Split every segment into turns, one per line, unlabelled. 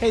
Hey,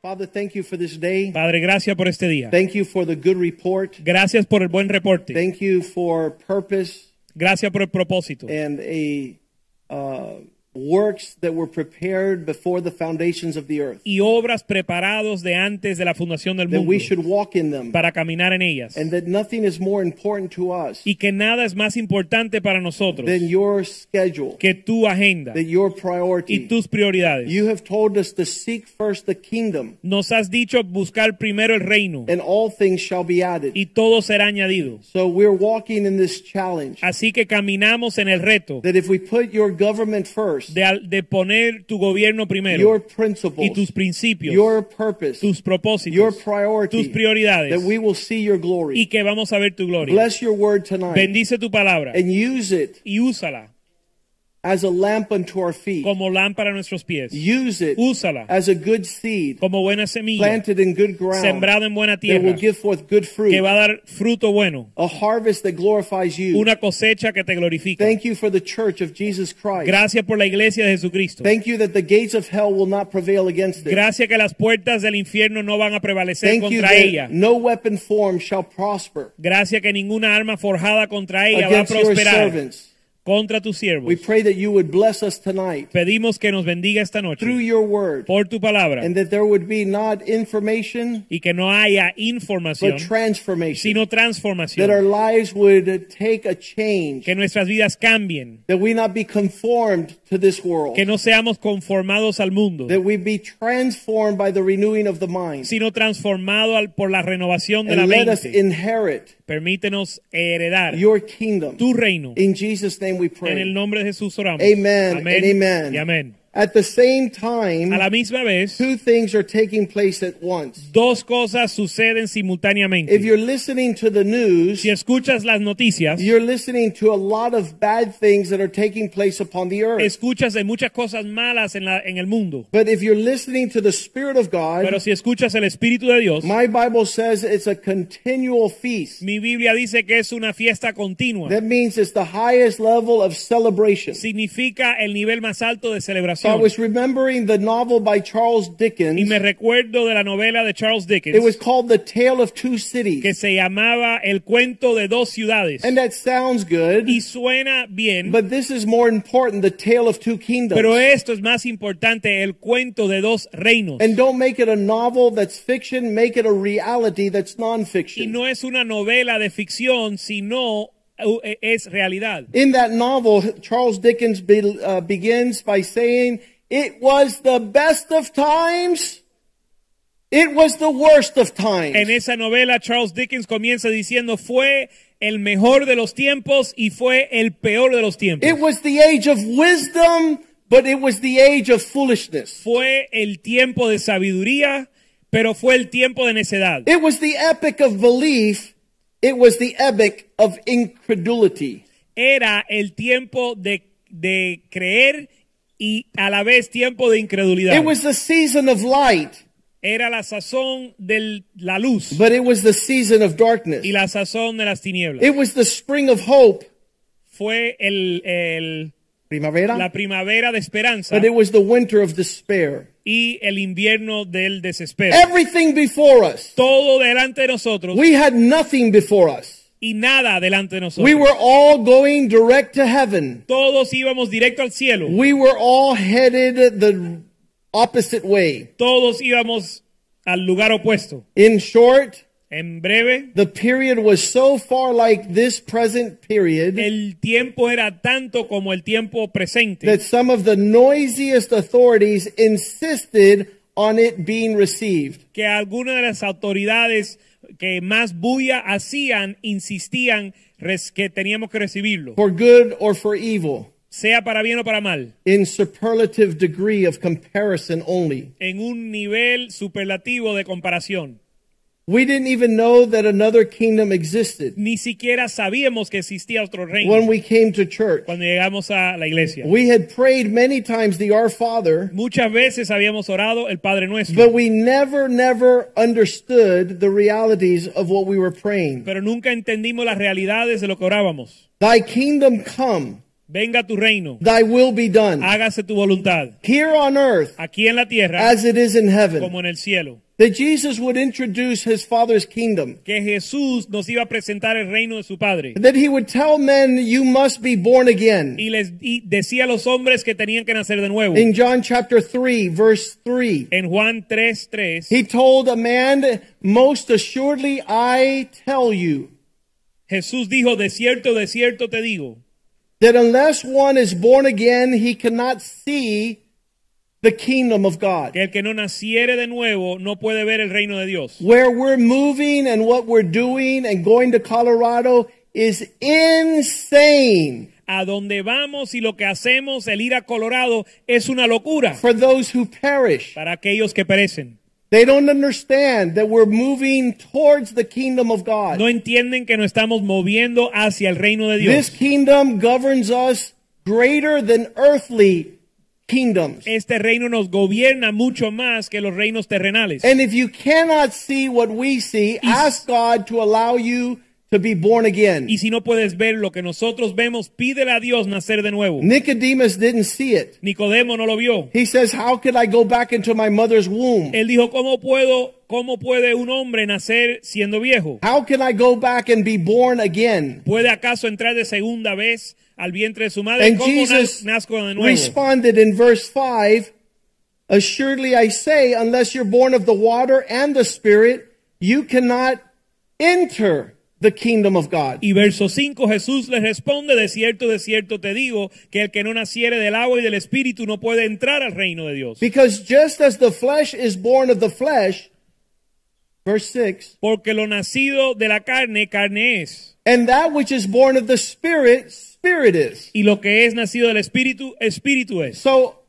Father, thank you for this day.
Padre, gracias por este día.
Thank you for the good report.
Gracias por el buen reporte.
Thank you for purpose
Gracias por el propósito
and a uh, works that were prepared before the foundations of the earth.
y obras preparados de antes de la fundación del
That
mundo
we should walk in them,
para caminar en ellas
and that nothing is more important to us
y que nada es más importante para nosotros
than your schedule,
que tu agenda
that your
y
priority.
tus prioridades.
You have told us to seek first the kingdom,
Nos has dicho buscar primero el reino
and all things shall be added.
y todo será añadido.
So we're walking in this challenge
Así que caminamos en el reto
that if we put your government first,
de, al- de poner tu gobierno
your
primero y
principles,
tus principios,
your purpose,
tus
your
propósitos,
priority,
tus prioridades
that we will see your glory.
y que vamos a ver tu gloria.
Bless your word tonight
Bendice tu palabra
and use it
y úsala
as a lamp unto our feet.
como lámpara a nuestros pies.
Use it
Úsala
as a good seed
como buena semilla
planted in good ground
sembrada en buena
that
tierra
will give forth good
que
fruit,
va a dar fruto bueno,
a harvest that glorifies you.
una cosecha que te glorifica.
Thank you for the church of Jesus Christ.
Gracias por la iglesia de Jesucristo.
Thank you that the gates of hell will not prevail against it.
Gracias que las puertas del infierno no van a prevalecer
Thank you
contra
that
ella.
no weapon formed shall prosper
Gracias que ninguna arma forjada contra ella va a
against your
prosperar
servants.
contra tus siervos.
We pray that you would bless us tonight
Pedimos que nos bendiga esta noche
through your word
por tu palabra
and that there would be not information
y que no haya
but
información,
transformation.
sino
that our
transformación.
lives would take a change.
Que nuestras vidas cambien.
That we not be conformed to this world.
que no seamos conformados al mundo,
That we be transformed by the renewing of the mind.
sino transformados al- por la renovación de la
And let us
mente.
inherit
Permítenos heredar
your kingdom.
tu reino.
In Jesus' name we
En el
pray.
nombre de Jesús oramos.
Amen
Amén
and amen.
y amén.
At the same time,
A la misma vez,
two things are taking place at once.
dos cosas suceden
If
simultáneamente.
you're listening to the news,
Si escuchas las noticias,
you're listening to a lot of bad things that are taking place upon the earth.
escuchas de muchas cosas malas en, la- en el mundo.
But if you're listening to the Spirit of God,
Pero si escuchas el Espíritu de Dios,
My Bible says it's a continual feast.
mi Biblia dice que es una fiesta continua.
That means it's the highest level of celebration.
Significa el nivel más alto de
So I
celebración.
was remembering the novel by Charles
Y
Dickens.
me recuerdo de la novela de Charles Dickens.
It was called The Tale of Two
que
Cities.
se llamaba El cuento de dos ciudades.
And that sounds good,
Y suena bien,
but this is more important The Tale of Two
pero
Kingdoms.
esto es más importante, el cuento de dos reinos.
And don't make it a novel that's fiction, make it a reality that's
Y
nonfiction.
no es una novela de ficción, sino uh, eh, es realidad.
In that novel, Charles Dickens be, uh, begins by saying, It was the best of times, it was the worst of times.
En esa novela Charles Dickens comienza diciendo fue el mejor de los tiempos y fue el peor de los tiempos.
It was the age of wisdom, but it was the age of foolishness.
Fue el tiempo de sabiduría, pero fue el tiempo de necedad.
It was the epic of belief, it was the epic of incredulity.
era el tiempo de, de creer y a la vez tiempo de incredulidad.
It was the season of light,
era la sazón de la luz
but it was the season of darkness.
y la sazón de las tinieblas.
It was the spring of hope,
Fue el, el- la
primavera,
primavera de esperanza
but it was the winter of despair.
y el invierno del desespero.
Everything before us.
Todo delante de nosotros
We had nothing before us.
y nada delante de nosotros.
We were all going direct to heaven.
Todos íbamos directo al cielo.
We were all headed the opposite way.
Todos íbamos al lugar opuesto.
In short,
En breve,
The period was so far like this present period
el tiempo era tanto como el tiempo presente.
that some of the noisiest authorities insisted on it being received.
que algunas de las autoridades que más bulla hacían insistían res- que teníamos que recibirlo,
For good or for evil,
sea para bien o para mal,
in superlative degree of comparison only.
en un nivel superlativo de comparación.
We didn't even know that another kingdom existed
Ni siquiera sabíamos que existía otro reino
when we came to church.
cuando llegamos a la iglesia.
We had prayed many times the Our Father,
Muchas veces habíamos orado el Padre Nuestro,
but we never, never understood the realities of what we were praying.
pero nunca entendimos las realidades de lo que orábamos.
Thy kingdom come,
Venga tu reino,
thy will be done,
hágase tu voluntad,
here on earth
aquí en la tierra
as it is in heaven.
como en el cielo.
That Jesus would introduce his Father's kingdom.
Que Jesús nos iba a presentar el reino de su Padre
That he would tell men, you must be born again.
y les y decía a los hombres que tenían que nacer de nuevo.
In John chapter 3, verse 3,
En Juan 3:3,
he told a man, Most assuredly I tell you,
Jesús dijo, de cierto, de cierto te digo,
that unless one is born again, he cannot see the kingdom of God.
que el que no naciere de nuevo no puede ver el reino de Dios.
Where we're moving and what we're doing and going to Colorado is insane
A donde vamos y lo que hacemos, el ir a Colorado, es una locura
for those who perish.
para aquellos que perecen.
They don't understand that we're moving towards the kingdom of God.
No entienden que nos estamos moviendo hacia el reino de
This
Dios.
kingdom governs us greater than earthly kingdoms.
Este reino nos gobierna mucho más que los reinos terrenales.
And if you cannot see what we see, ask God to allow you to be born again.
Y si no puedes ver lo que nosotros vemos, pídele a Dios nacer de nuevo.
Nicodemus didn't see it.
Nicodemo no lo vio.
He says, How could I go back into my mother's womb?
Él dijo, ¿cómo puedo, cómo puede un hombre nacer siendo viejo?
How can I go back and be born again?
¿Puede acaso entrar de segunda vez al vientre de su madre?
And
¿Cómo naz-
Jesus
nazco de nuevo?
responded in verse 5 Assuredly I say, unless you're born of the water and the Spirit, you cannot enter the kingdom of God.
Y verso 5, Jesús les responde, de cierto, de cierto te digo, que el que no naciere del agua y del espíritu no puede entrar al reino de Dios.
Because just as the flesh is born of the flesh, verse 6,
Porque lo nacido de la carne, carne es.
And that which is born of the Spirit, Spirit is.
Y lo que es nacido del espíritu, espíritu es.
So,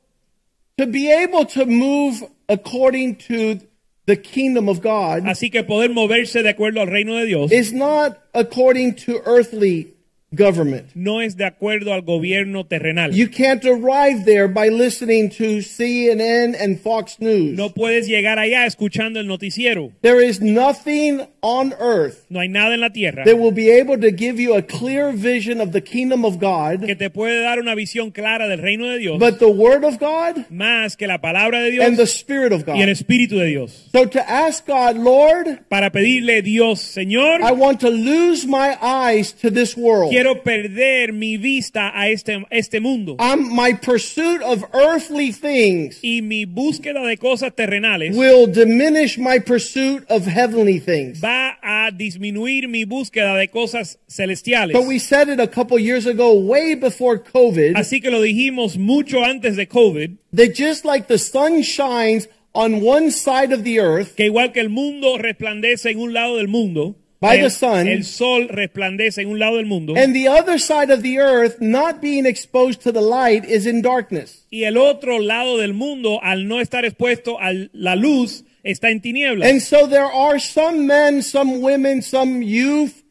to be able to move according to the kingdom of God
Así que poder moverse de acuerdo al reino de Dios
is not according to earthly government.
no es de acuerdo al gobierno terrenal.
You can't arrive there by listening to CNN and Fox News.
No puedes llegar allá escuchando el noticiero.
There is nothing on earth
No hay nada en la tierra
that will be able to give you a clear vision of the kingdom of God
que te puede dar una visión clara del reino de Dios
but the Word of God
más que la palabra de
and the
Dios
Spirit of
y el
God.
Espíritu de Dios.
So, to ask God, Lord,
Para pedirle Dios, Señor,
I want to lose my eyes to this world.
quiero perder mi vista a este, este mundo
I'm, my pursuit of earthly things
y mi búsqueda de cosas terrenales
will diminish my pursuit of heavenly things.
va a disminuir mi búsqueda de cosas celestiales.
So we said it a couple years ago, way before COVID,
Así que lo dijimos mucho antes de COVID,
that just like the sun shines on one side of the earth,
que igual que el mundo resplandece en un lado del mundo,
By the
el,
sun.
el sol resplandece en un lado del mundo
and the other side of the earth, not being exposed to the light, is in darkness.
y el otro lado del mundo, al no estar expuesto a la luz, está en tinieblas.
And so there are some men, some women, some youth,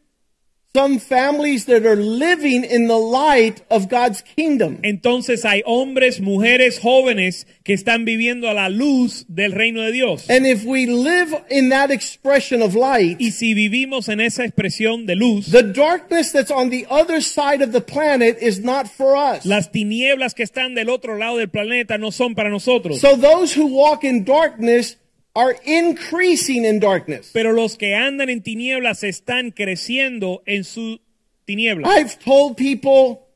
some families that are living in the light of God's kingdom.
Entonces hay hombres, mujeres, jóvenes que están viviendo a la luz del reino de Dios.
And if we live in that expression of light,
Y si vivimos en esa expresión de luz,
the darkness that's on the other side of the planet is not for us.
las tinieblas que están del otro lado del planeta no son para nosotros.
So those who walk in darkness are increasing in darkness.
Pero los que andan en tinieblas están creciendo en su tiniebla.
I've told people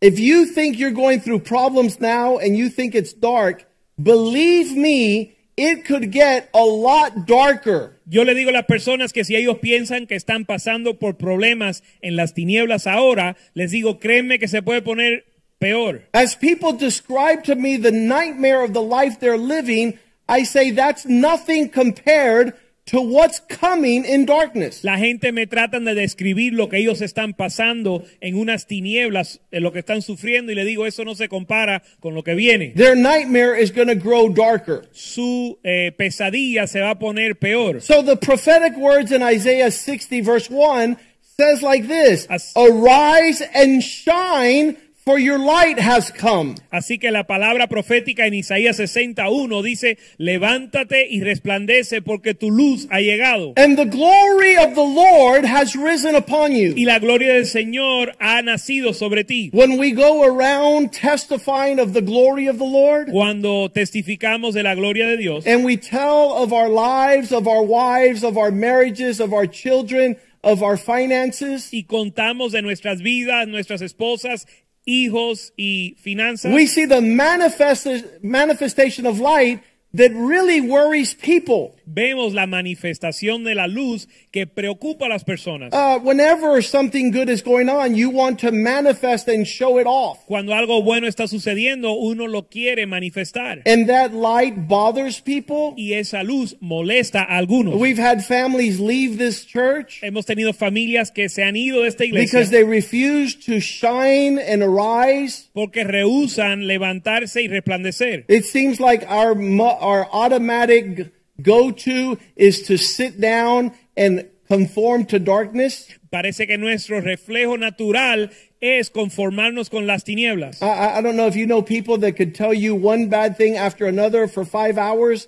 if you think you're going through problems now and you think it's dark, believe me, it could get a lot darker.
Yo le digo a las personas que si ellos piensan que están pasando por problemas en las tinieblas ahora, les digo, créeme que se puede poner peor.
As people describe to me the nightmare of the life they're living, I say that's nothing compared to what's coming in darkness.
La gente me tratan de describir lo que ellos están pasando en unas tinieblas, en lo que están sufriendo, y le digo, eso no se compara con lo que viene.
Their nightmare is going to grow darker.
Su eh, pesadilla se va a poner peor.
So the prophetic words in Isaiah 60 verse 1 says like this,
As-
arise and shine for your light has come.
Así que la palabra profética en Isaías 61 dice, levántate y resplandece porque tu luz ha llegado.
And the glory of the Lord has risen upon
Y
you.
la gloria del Señor ha nacido sobre ti.
When we go around testifying of the glory of the Lord,
Cuando testificamos de la gloria de Dios
and we tell of our lives, of our wives, of our marriages, of our children, of our finances,
y contamos de nuestras vidas, nuestras esposas, hijos y finanzas,
we see the manifest manifestation of light that really worries people.
vemos la manifestación de la luz que preocupa a las personas.
Uh, whenever something good is going on, you want to manifest and show it off.
Cuando algo bueno está sucediendo, uno lo quiere manifestar.
And that light bothers people.
Y esa luz molesta a algunos.
We've had families leave this church
Hemos tenido familias que se han ido de esta iglesia
because they refuse to shine and arise.
porque rehusan levantarse y resplandecer.
It seems like our mu- our automatic go-to is to sit down and conform to darkness.
Parece que nuestro reflejo natural es conformarnos con las tinieblas.
I- I, I don't know if you know people that could tell you one bad thing after another for five hours,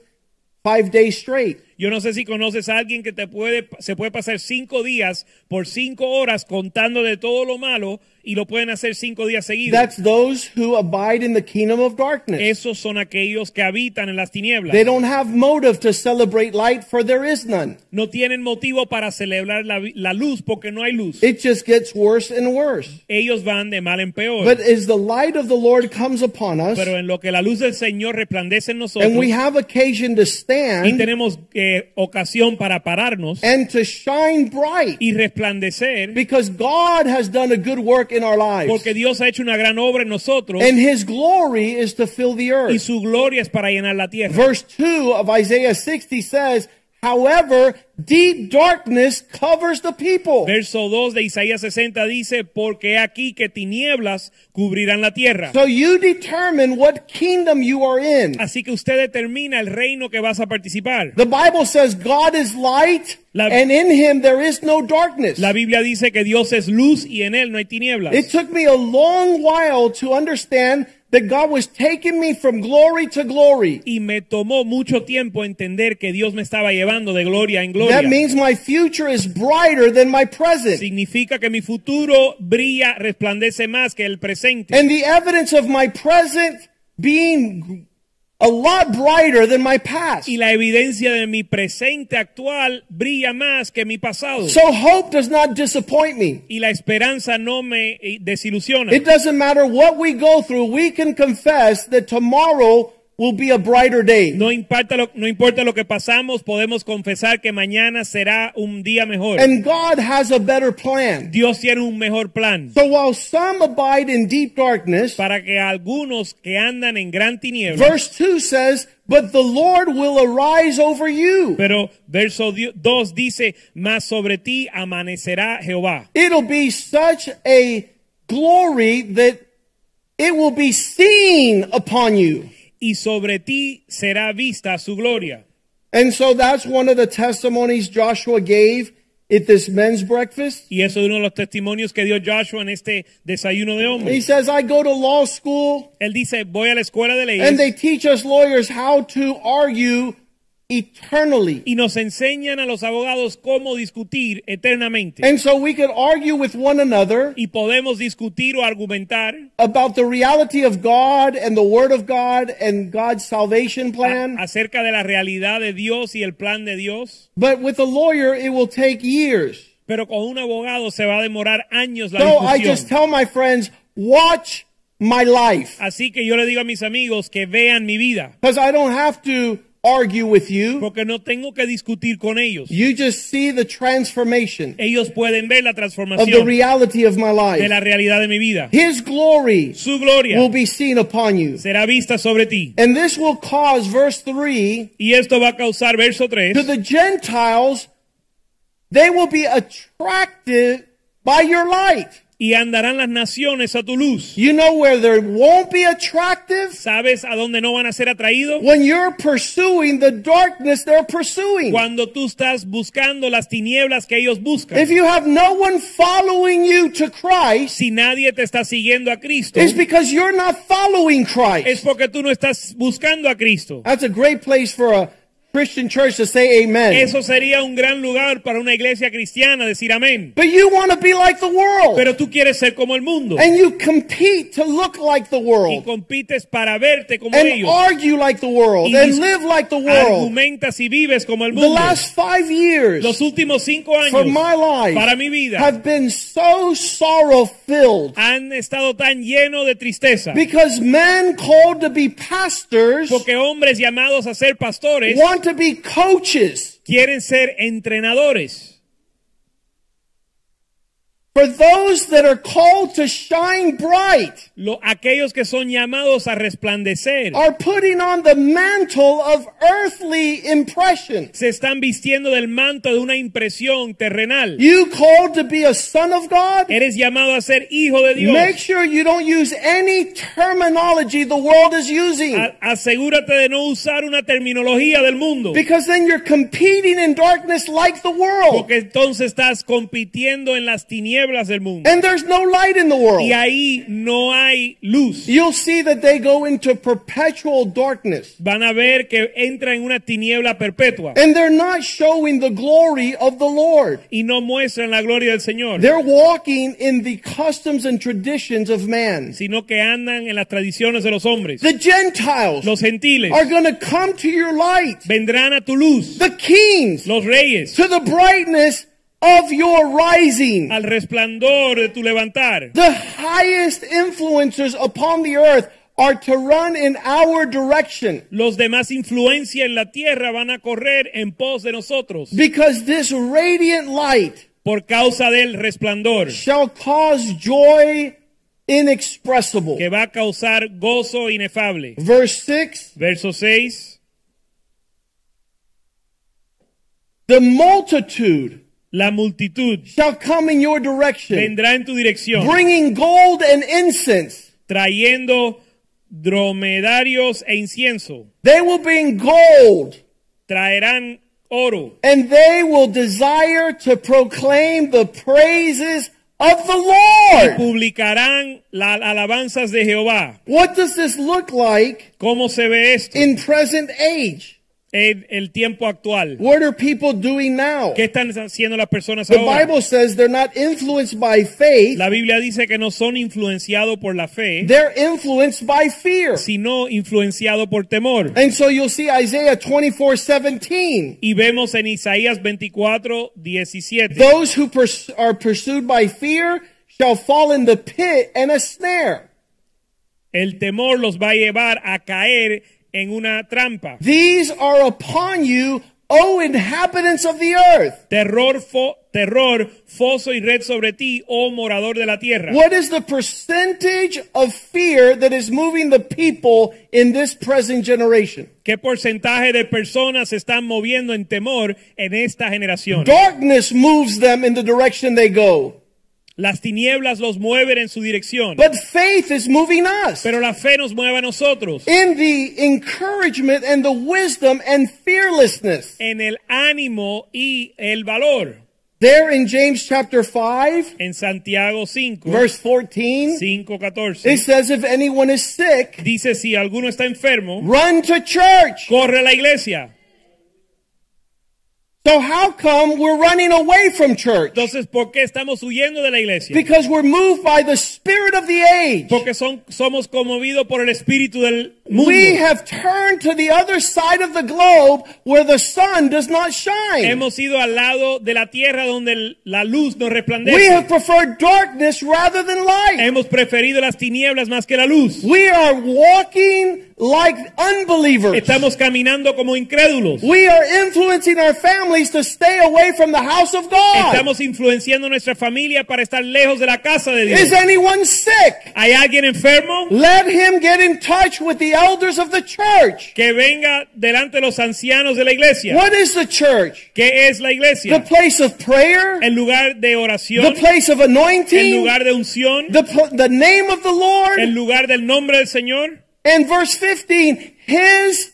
five days straight.
Yo no sé si conoces a alguien que te puede, se puede pasar cinco días por cinco horas contando de todo lo malo y lo pueden hacer cinco días seguidos.
That's those who abide in the kingdom of darkness.
Esos son aquellos que habitan en las tinieblas.
they don't have motive to celebrate light, for there is none.
No tienen motivo para celebrar la, vi- la luz porque no hay luz.
It just gets worse and worse.
Ellos van de mal en peor.
But as the light of the Lord comes upon us,
Pero en lo que la luz del Señor resplandece en nosotros
and we have occasion to
y
stand
tenemos eh, ocasión para pararnos
and to shine bright,
y resplandecer
because God has done a good work in our lives.
porque Dios ha hecho una gran obra en nosotros
And his glory is to fill the
y
earth.
su gloria es para llenar la tierra.
Verse 2 of Isaiah 60 says, However, deep darkness covers the people.
Verso 2 de Isaías 60 dice, porque he aquí que tinieblas cubrirán la tierra.
So you determine what kingdom you are in.
Así que usted determina el reino que vas a participar.
The Bible says God is light,
La-
and in him there is no darkness.
La Biblia dice que Dios es luz y en él no hay tinieblas.
It took me a long while to understand that God was taking me from glory to glory.
Y me tomó mucho tiempo entender que Dios me estaba llevando de gloria en gloria.
That means my future is brighter than my present.
Significa que mi futuro brilla, resplandece más que el presente.
And the evidence of my present being a lot brighter than my past.
y la evidencia de mi presente actual brilla más que mi pasado.
So hope does not disappoint me.
y la esperanza no me eh, desilusiona.
It doesn't matter what we go through, we can confess that tomorrow will be a brighter day.
No importa, lo, no importa lo que pasamos, podemos confesar que mañana será un día mejor.
And God has a better plan.
Dios tiene un mejor plan
So while some abide in deep darkness,
para que algunos que andan en gran tiniebla.
Verse 2 says, But the Lord will arise over you.
pero verso 2 dice, mas sobre ti amanecerá Jehová.
It'll be such a glory that it will be seen upon you.
Y sobre ti será vista su gloria.
And so that's one of the testimonies Joshua gave at this men's breakfast.
Y eso es uno de los testimonios que dio Joshua en este desayuno de
He
hombres.
says, I go to law school
Él dice, voy a la escuela de
and
leyes
they teach us lawyers how to argue eternally.
y nos enseñan a los abogados cómo discutir eternamente.
And so we could argue with one another
Y podemos discutir o argumentar
about the reality of God and the Word of God and God's salvation plan.
a- acerca de la realidad de Dios y el plan de Dios,
But with a lawyer, it will take years.
pero con un abogado se va a demorar años la
So I just
discusión.
tell my friends, watch my life.
Así que yo le digo a mis amigos que vean mi vida,
Because I don't have to argue with you.
porque no tengo que discutir con ellos.
You just see the transformation
Ellos pueden ver la
of the
transformación
reality of my
de
life.
la realidad de mi vida.
His glory
Su gloria
will be seen upon you.
será vista sobre ti.
And this will cause, verse 3,
Y esto va a causar, verso 3,
to the Gentiles, they will be attracted by your light.
y andarán las naciones a tu luz.
You know where there won't be attractive?
¿Sabes a dónde no van a ser atraídos?
When you're pursuing the darkness they're pursuing.
Cuando tú estás buscando las tinieblas que ellos buscan.
If you have no one following you to Christ,
Si nadie te está siguiendo a Cristo,
it's because you're not following
es
Christ.
porque tú no estás buscando a Cristo.
That's a great place for a Christian church to say amen.
Eso sería un gran lugar para una iglesia cristiana decir amén.
But you want to be like the world.
Pero tú quieres ser como el mundo
And you compete to look like the
y
world.
compites para verte como
And
ellos.
argue like the world.
Y
And
dis-
live like the world.
Argumentas y vives como el
The
mundo.
last five
Los
years
últimos cinco
for
años
my
para
life
mi vida
have been so sorrow filled
han estado tan llenos de tristeza
because men called to be pastors
Ah. porque hombres llamados a ser pastores
want to be coaches.
quieren ser entrenadores.
For those that are called to shine bright
Lo- aquellos que son llamados a resplandecer
are putting on the mantle of earthly impression.
se están vistiendo del manto de una impresión terrenal.
You called to be a son of God?
Eres llamado a ser hijo de Dios.
Make sure you don't use any terminology the world is using
A- asegúrate de no usar una terminología del mundo.
because then you're competing in darkness like the world.
Porque entonces estás compitiendo en las tinieblas del mundo.
And there's no light in the world.
Y ahí no hay luz.
You'll see that they go into perpetual darkness
Van a ver que entra en una tiniebla perpetua.
and they're not showing the glory of the Lord.
Y no muestran la gloria del Señor.
They're walking in the customs and traditions of man.
Sino que andan en las tradiciones de los hombres.
The Gentiles
Los gentiles
are going to come to your light.
vendrán a tu luz.
The kings
Los reyes
to the brightness of your rising.
al resplandor de tu levantar.
The highest influencers upon the earth are to run in our direction
Los demás influencia en la tierra van a correr en pos de nosotros
because this radiant light
por causa del resplandor
shall cause joy inexpressible.
que va a causar gozo inefable.
Verse 6
Verso 6.
The multitude
La multitud
shall come in your direction,
vendrá en tu dirección
bringing gold and incense.
trayendo dromedarios e incienso.
They will bring gold,
Traerán oro
and they will desire to proclaim the praises of the Lord.
publicarán las alabanzas de Jehová.
What does this look like
¿Cómo se ve esto
in present age?
en el tiempo actual?
What are people doing now?
¿Qué están haciendo las personas
The
ahora?
Bible says they're not influenced by faith,
La Biblia dice que no son influenciados por la fe,
they're influenced by fear.
sino influenciados por temor.
And so you'll see Isaiah 24 17.
Y vemos en Isaías 24, 17.
Those who pers- are pursued by fear shall fall in the pit and a snare.
El temor los va a llevar a caer en una trampa.
These are upon you, O inhabitants of the earth.
Terror, fo- terror, foso y red sobre ti, oh morador de la tierra.
What is the percentage of fear that is moving the people in this present generation?
¿Qué porcentaje de personas se están moviendo en temor en esta generación?
Darkness moves them in the direction they go,
Las tinieblas los mueven en su dirección,
but faith is moving us
pero la fe nos mueve a nosotros
in the encouragement and the wisdom and fearlessness.
en el ánimo y el valor.
There in James chapter 5,
En Santiago 5,
verse 14,
5, 14,
it says, If anyone is sick,
dice si alguno está enfermo,
run to church.
corre a la iglesia.
So, how come we're running away from church?
Entonces, ¿por qué estamos huyendo de la iglesia?
Because we're moved by the spirit of the age.
Porque son, somos conmovidos por el espíritu del mundo.
We have turned to the other side of the globe where the sun does not shine.
Hemos ido al lado de la tierra donde el- la luz nos
We
resplandece.
have preferred darkness rather than light.
Hemos preferido las tinieblas más que la luz.
We are walking like unbelievers.
Estamos caminando como incrédulos.
We are influencing our families to stay away from the house of God.
Estamos influenciando nuestra familia para estar lejos de la casa de Dios.
Is anyone sick?
¿Hay alguien enfermo?
Let him get in touch with the elders of the church.
Que venga delante de los ancianos de la iglesia.
What is the church?
¿Qué es la
The
iglesia?
place of prayer,
El lugar de
the
oración,
place of
el
anointing,
lugar de unción,
the, pl- the name of the
el
Lord.
lugar del nombre del Señor.
And verse 15, his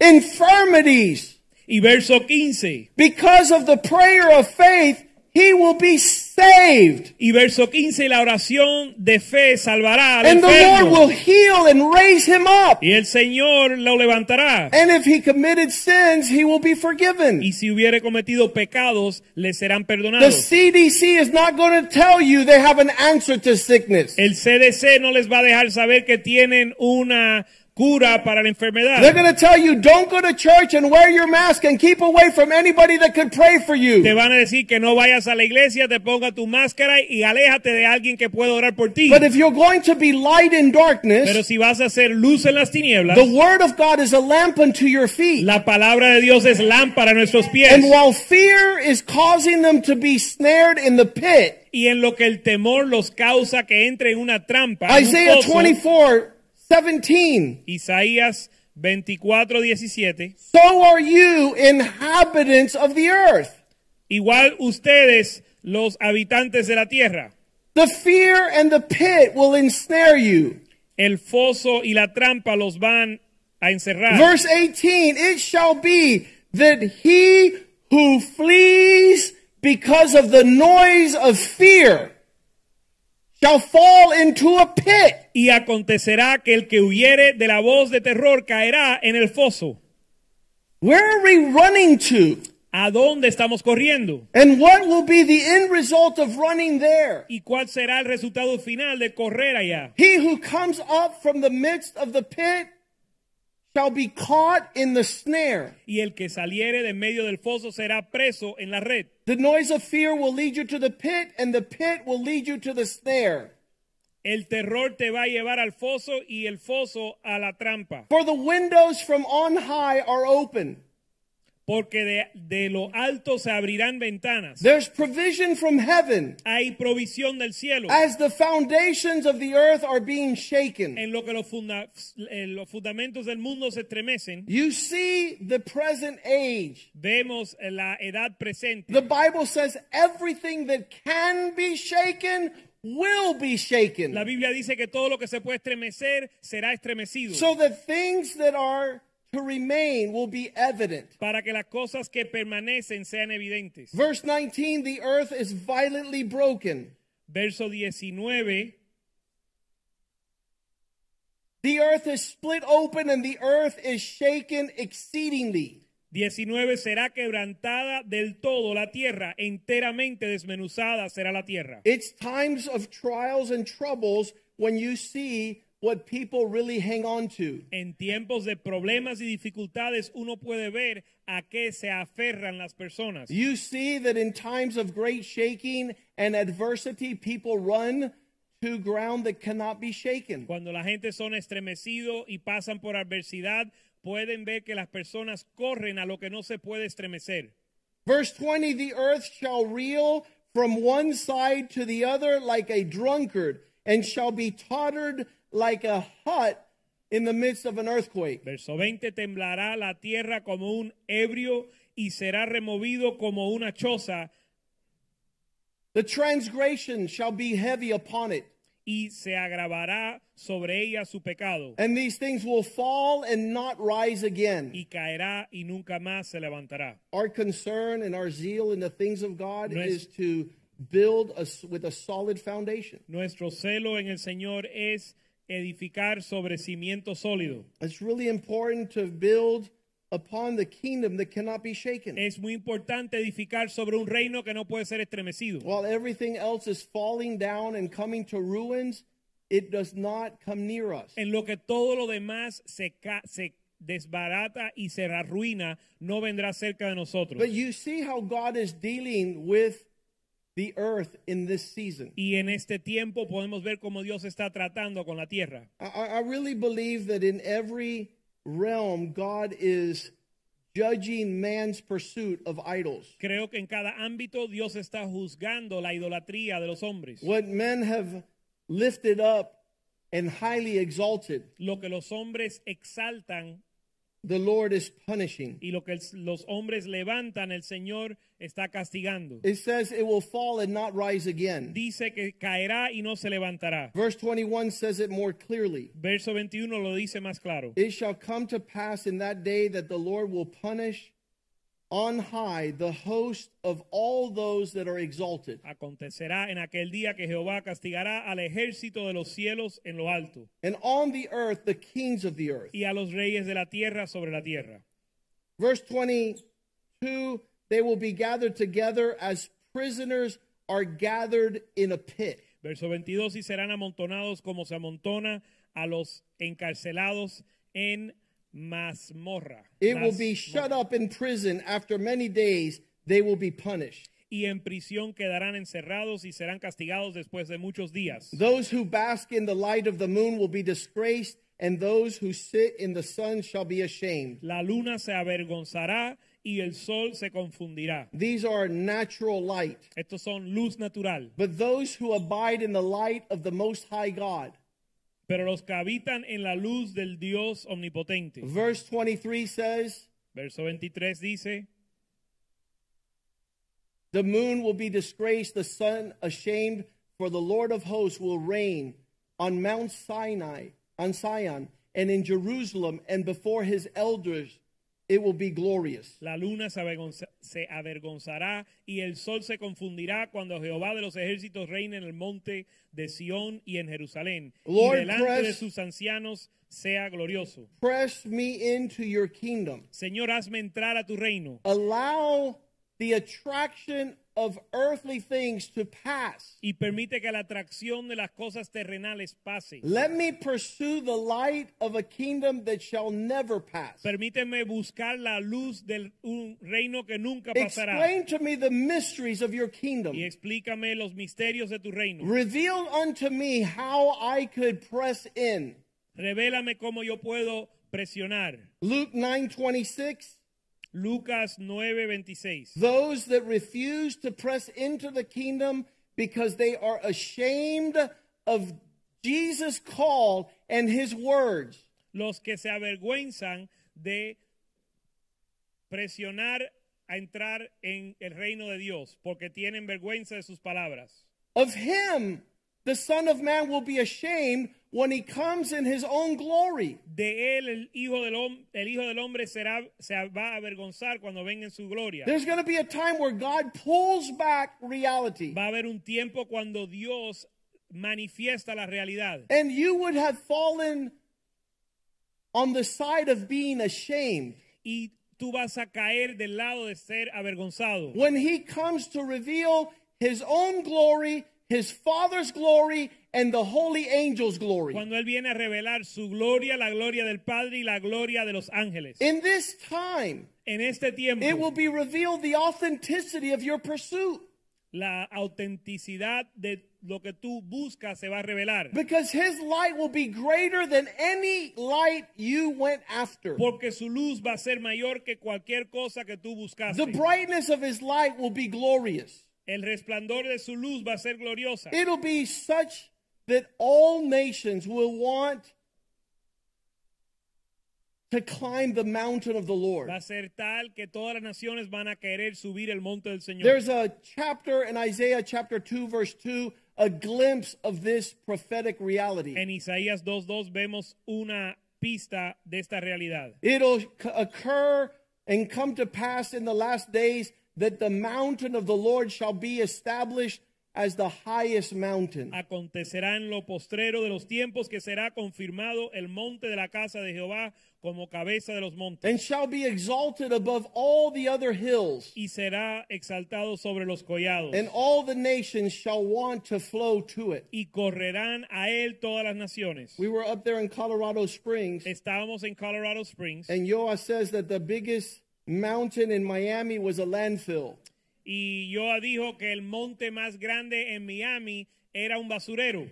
infirmities.
Y verso 15.
Because of the prayer of faith, he will be saved.
Y verso 15, la oración de fe salvará al
And the Lord
enfermo.
will heal and raise him up.
Y el Señor lo levantará.
And if he committed sins, he will be forgiven.
Y si hubiere cometido pecados, le serán
The
perdonados.
CDC is not going to tell you they have an answer to sickness.
El CDC no les va a dejar saber que tienen una cura para la
They're
enfermedad.
going to tell you don't go to church and wear your mask and keep away from anybody that could pray for
Te
you.
van a decir que no vayas a la iglesia, te ponga tu máscara y aléjate de alguien que pueda orar por ti.
But if you're going to be light in
Pero
darkness,
si vas a hacer luz en las tinieblas,
the word of God is a lamp unto your feet.
la palabra de Dios es lámpara a nuestros pies.
And while fear is causing them to be snared in the pit,
Y en lo que el temor los causa que entre en una trampa. en un
Isaiah
pozo.
24, 17.
Isaías 24, 17.
So are you inhabitants of the earth.
Igual ustedes, los habitantes de la tierra,
The fear and the pit will ensnare you.
el foso y la trampa los van a encerrar.
Verse 18 It shall be that he who flees because of the noise of fear shall fall into a pit.
y acontecerá que el que huyere de la voz de terror caerá en el foso.
Where are we running to?
¿A dónde estamos corriendo?
And what will be the end result of running there?
¿Y cuál será el resultado final de correr allá?
He who comes up from the midst of the pit shall be caught in the snare.
Y el que saliere de medio del foso será preso en la red.
The noise of fear will lead you to the pit, and the pit will lead you to the snare.
El terror te va a llevar al foso y el foso a la trampa.
For the windows from on high are open.
Porque de, de lo alto se abrirán ventanas.
There's provision from heaven
Hay provisión del cielo.
as the foundations of the earth are being shaken.
en lo que los, funda- eh, los fundamentos del mundo se estremecen,
You see the present age.
vemos la edad presente.
The Bible says everything that can be shaken will be shaken.
La Biblia dice que todo lo que se puede estremecer será estremecido.
so that things that are to remain will be evident.
para que las cosas que permanecen sean evidentes.
Verse 19 the earth is violently broken,
Verso 19.
the earth is split open, and the earth is shaken exceedingly.
19 será quebrantada del todo la tierra, enteramente desmenuzada será la tierra.
It's times of trials and troubles when you see what people really hang on to.
En tiempos de problemas y dificultades uno puede ver a qué se aferran las personas.
You see that in times of great shaking and adversity, people run to ground that cannot be shaken.
Cuando la gente son estremecidos y pasan por adversidad, pueden ver que las personas corren a lo que no se puede estremecer.
Verse 20 The earth shall reel from one side to the other like a drunkard, and shall be tottered like a hut in the midst of an earthquake.
Verso 20, temblará la tierra como un ebrio y será removido como una choza
The transgression shall be heavy upon it,
y se agravará sobre ella su pecado
and these things will fall and not rise again.
y caerá y nunca más se levantará.
Our concern and our zeal in the things of God
Nice.
is to build us with a solid foundation.
Nuestro celo en el Señor es edificar sobre cimiento sólido.
It's really important to build upon the kingdom that cannot be shaken.
Es muy importante edificar sobre un reino que no puede ser estremecido.
While everything else is falling down and coming to ruins, it does not come near us.
en lo que todo lo demás se, ca- se desbarata y se arruina, no vendrá cerca de nosotros.
But you see how God is dealing with the earth in this season.
Y en este tiempo podemos ver cómo Dios está tratando con la tierra.
I, I I really believe that in every realm, God is judging man's pursuit of idols.
Creo que en cada ámbito Dios está juzgando la idolatría de los hombres.
What men have lifted up and highly exalted,
Lo que los hombres exaltan
the Lord is punishing.
y lo que el- los hombres levantan, el Señor está castigando.
It says it will fall and not rise again.
Dice que caerá y no se levantará.
Verse 21 says it more clearly.
Verso 21 lo dice más claro.
It shall come to pass in that day that the Lord will punish on high the host of all those that are exalted,
Acontecerá en aquel día que Jehová castigará al ejército de los cielos en lo alto
and on the earth the kings of the earth.
y a los reyes de la tierra sobre la tierra.
Verse 22 they will be gathered together as prisoners are gathered in a pit.
Verso 22, y serán amontonados como se amontona a los encarcelados en mazmorra.
It will
Las-
be shut up in prison after many days, they will be punished.
Y en prisión quedarán encerrados y serán castigados después de muchos días.
Those who bask in the light of the moon will be disgraced, and those who sit in the sun shall be ashamed.
La luna se avergonzará y el sol se confundirá.
These are natural light.
Estos son luz natural.
But those who abide in the light of the Most High God.
Pero los que habitan en la luz del Dios omnipotente.
Verse 23 says,
Verso 23 dice,
The moon will be disgraced, the sun ashamed, for the Lord of hosts will reign on Mount Sinai, on Sion, and in Jerusalem, and before his elders it will be glorious.
la luna se, avergonza- se avergonzará y el sol se confundirá cuando Jehová de los ejércitos reine en el monte de Sión y en Jerusalén.
Lord,
y delante de
press-
sus ancianos sea glorioso.
Press me into your kingdom.
Señor, hazme entrar a tu reino
Allow the attraction of earthly things to pass.
y permite que la atracción de las cosas terrenales pase.
Let me pursue the light of a kingdom that shall never pass.
Permíteme buscar la luz del un reino que nunca pasará.
Explain to me the mysteries of your kingdom.
Y explícame los misterios de tu reino.
Reveal unto me how I could press in.
Revélame cómo yo puedo presionar.
Luke 9:26
Lucas 9:26.
Those that refuse to press into the kingdom because they are ashamed of Jesus' call and his words
Los que se avergüenzan de presionar a entrar en el reino de Dios porque tienen vergüenza de sus palabras.
of him the son of man will be ashamed when he comes in his own glory.
De él el hijo del, hom- el hijo del hombre será se va a avergonzar cuando venga en su gloria.
There's going to be a time where God pulls back reality.
Va a haber un tiempo cuando Dios manifiesta la realidad
and you would have fallen on the side of being ashamed
y tú vas a caer del lado de ser avergonzado.
when he comes to reveal his own glory, his Father's glory, and the holy angels' glory.
Cuando él viene a revelar su gloria, la gloria del Padre y la gloria de los ángeles.
In this time,
En este
it will
tiempo,
be revealed the authenticity of your pursuit
la autenticidad de lo que tú buscas se va a revelar.
because his light will be greater than any light you went after.
Porque su luz va a ser mayor que cualquier cosa que tú
The
buscaste.
brightness of his light will be glorious.
El resplandor de su luz va a ser gloriosa.
It'll be such that all nations will want to climb the mountain of the Lord.
Va a ser tal que todas las naciones van a querer subir el monte del Señor.
There's a chapter in Isaiah chapter 2, verse 2, a glimpse of this prophetic reality.
En Isaías 2.2 vemos una pista de esta realidad.
It'll c- occur and come to pass in the last days that the mountain of the Lord shall be established as the highest mountain.
Acontecerá en lo postrero de los tiempos que será confirmado el monte de la casa de Jehová como cabeza de los montes
And shall be exalted above all the other hills.
y será exaltado sobre los collados
and all the nations shall want to flow to it.
y correrán a él todas las naciones.
We were up there in Colorado Springs,
Estábamos en Colorado Springs
and Yoa says that the biggest mountain in Miami was a landfill.
y yo dijo que el monte más grande en Miami era un basurero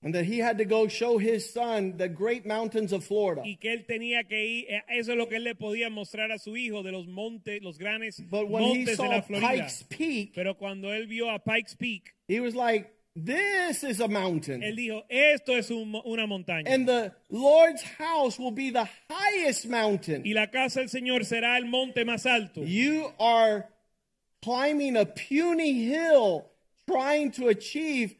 and that he had to go show his son the great mountains of Florida.
y que él tenía que ir, eh, eso es lo que él le podía mostrar a su hijo de los montes, los grandes
But when he
montes de
saw
la Florida.
Pikes Peak,
Pero cuando él vio a Pikes Peak,
he was like, This is a
él
mountain.
dijo, esto es un mo- una montaña.
And the Lord's house will be the highest
y
mountain.
la casa del Señor será el monte más alto.
You are climbing a puny hill trying to achieve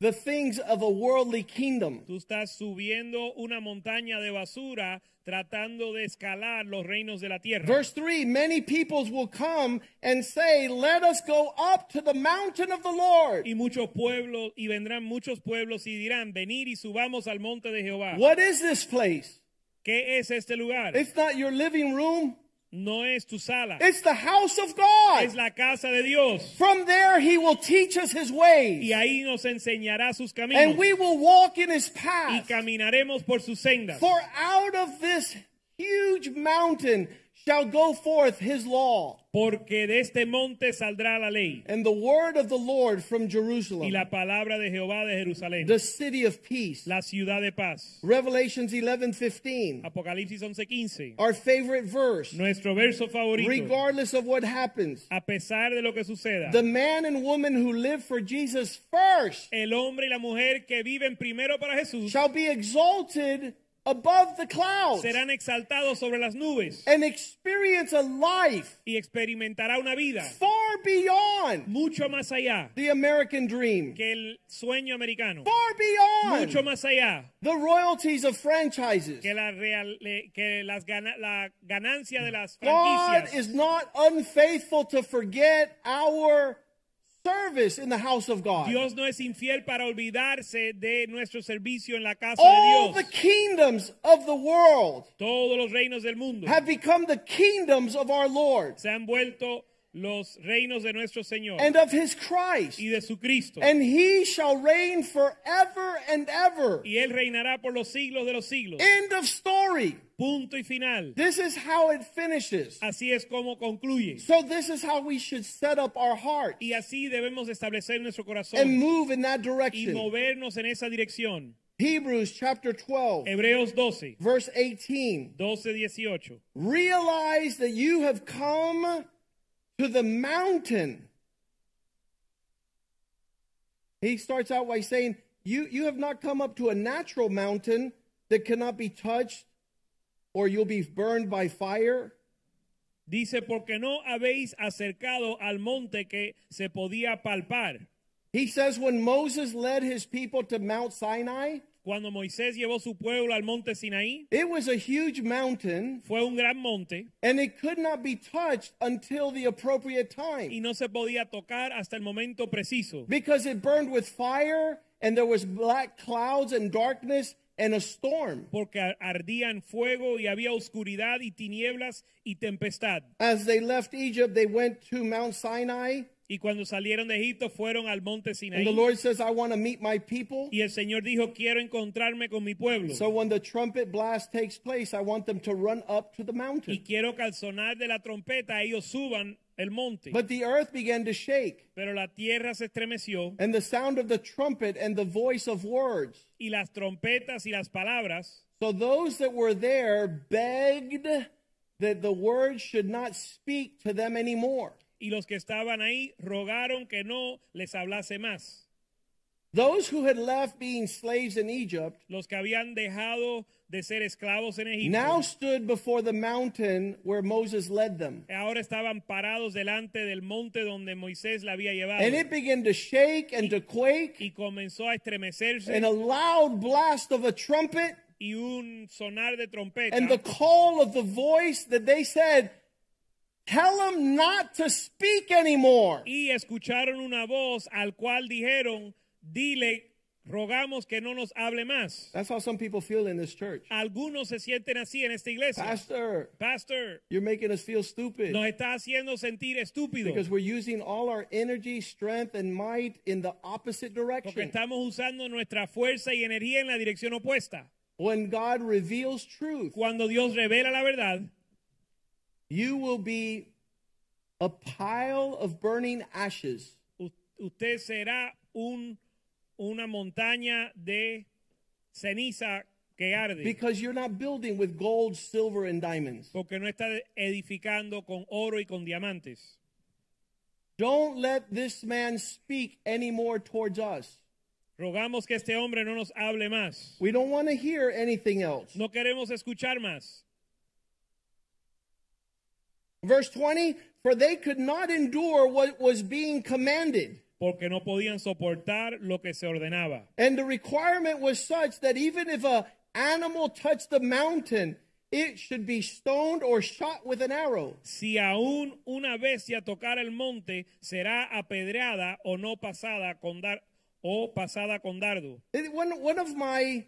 the things of a worldly kingdom.
Tú estás subiendo una montaña de basura tratando de escalar los reinos de la tierra.
Verse 3 Many peoples will come and say, Let us go up to the mountain of the Lord.
Y muchos pueblos, y vendrán muchos pueblos y dirán, venir y subamos al monte de Jehová.
What is this place?
¿Qué es este lugar?
It's not your living room,
no es tu sala,
it's the house of
es
God.
la casa de Dios.
From there, He will teach us His
Y
ways,
ahí nos enseñará sus caminos.
and we will walk in His
y
path.
caminaremos por sus sendas.
For out of this huge mountain shall go forth His law
Porque de este monte saldrá la ley
and the word of the Lord from
y
Jerusalem,
la palabra de Jehová de Jerusalén,
the city of peace.
la ciudad de paz.
Revelations 11 15,
Apocalipsis 11:15.
our favorite verse.
Nuestro verso favorito.
regardless of what happens.
A pesar de lo que suceda,
The man and woman who live for Jesus first
el hombre y la mujer que viven primero para Jesús
shall be exalted above the clouds
serán exaltados sobre las nubes
and experience a life
y experimentará una vida
far beyond
mucho más allá
the American dream,
que el sueño americano,
far
mucho
beyond
más allá
the royalties of franchises.
que la, real- eh, que las gana- la ganancia de las
God
franquicias.
is not unfaithful to forget our service in the house of God.
Dios no es infiel para olvidarse de nuestro servicio en la casa
All the
de Dios.
kingdoms of the world
Todos los reinos del mundo
have become the kingdoms of our Lord.
se han vuelto los reinos de nuestro Señor
and of his Christ.
y de su Cristo.
And he shall reign forever and ever.
Y Él reinará por los siglos de los siglos.
End of story.
Punto y final.
This is how it finishes.
Así es como concluye.
So, this is how we should set up our heart
Y así debemos establecer nuestro
and
corazón
move in that
y
direction.
movernos en esa dirección.
Hebrews chapter 12,
Hebreos 12,
verse 18.
12, 18.
Realize that you have come to the mountain. He starts out by saying, you, you have not come up to a natural mountain that cannot be touched, or you'll be burned by fire.
Dice, porque no habéis acercado al monte que se podía palpar.
He says, when Moses led his people to Mount Sinai,
Cuando Moisés llevó su pueblo al monte Sinaí,
it was a huge mountain,
fue un gran monte
and it could not be touched until the appropriate
y
time
no se podía tocar hasta el momento preciso,
because it burned with fire, and there was black clouds and darkness and a storm.
porque ar- ardía en fuego y había oscuridad y tinieblas y tempestad.
As they left Egypt, they went to Mount Sinai.
Y cuando salieron de Egipto fueron al monte
And the
Sinaí.
Lord says, I want to meet my people.
Y el Señor dijo, quiero encontrarme con mi pueblo.
So when the trumpet blast takes place, I want them to run up to the
y
mountain.
quiero calzonar de la trompeta, ellos suban el monte.
But the earth began to shake,
Pero la tierra se estremeció
and the sound of the trumpet and the voice of words.
y las trompetas y las palabras.
So those that were there begged that the word should not speak to them anymore.
Y los que estaban ahí rogaron que no les hablase más.
Those who had left being slaves in Egypt
Los que habían dejado de ser esclavos en Egipto
now stood before the mountain where Moses led them.
ahora estaban parados delante del monte donde Moisés la había llevado.
And it began to shake and to quake.
y comenzó a estremecerse
and a loud blast of a trumpet
y un sonar de trompeta.
and the call of the voice that they said, Tell him not to speak anymore.
y escucharon una voz al cual dijeron, dile, rogamos que no nos hable más.
That's how some people feel in this church.
Algunos se sienten así en esta iglesia.
Pastor,
Pastor,
you're making us feel stupid
nos está haciendo sentir estúpidos
because we're using all our energy, strength, and might in the opposite
porque
direction.
estamos usando nuestra fuerza y energía en la dirección opuesta.
When God reveals truth,
Cuando Dios revela la verdad,
you will be a pile of burning ashes.
U- Usted será un, una montaña de ceniza que arde,
Because you're not building with gold, silver, and diamonds.
porque no está edificando con oro y con diamantes.
Don't let this man speak anymore towards us.
Rogamos que este hombre no nos hable más.
We don't want to hear anything else.
No queremos escuchar más.
Verse 20 For they could not endure what was being commanded.
porque no podían soportar lo que se ordenaba.
And the requirement was such that even if a animal touched the mountain, it should be stoned or shot with an arrow.
Si aún una bestia tocara el monte, será apedreada o no pasada con dar o pasada con dardo.
It- one, one of my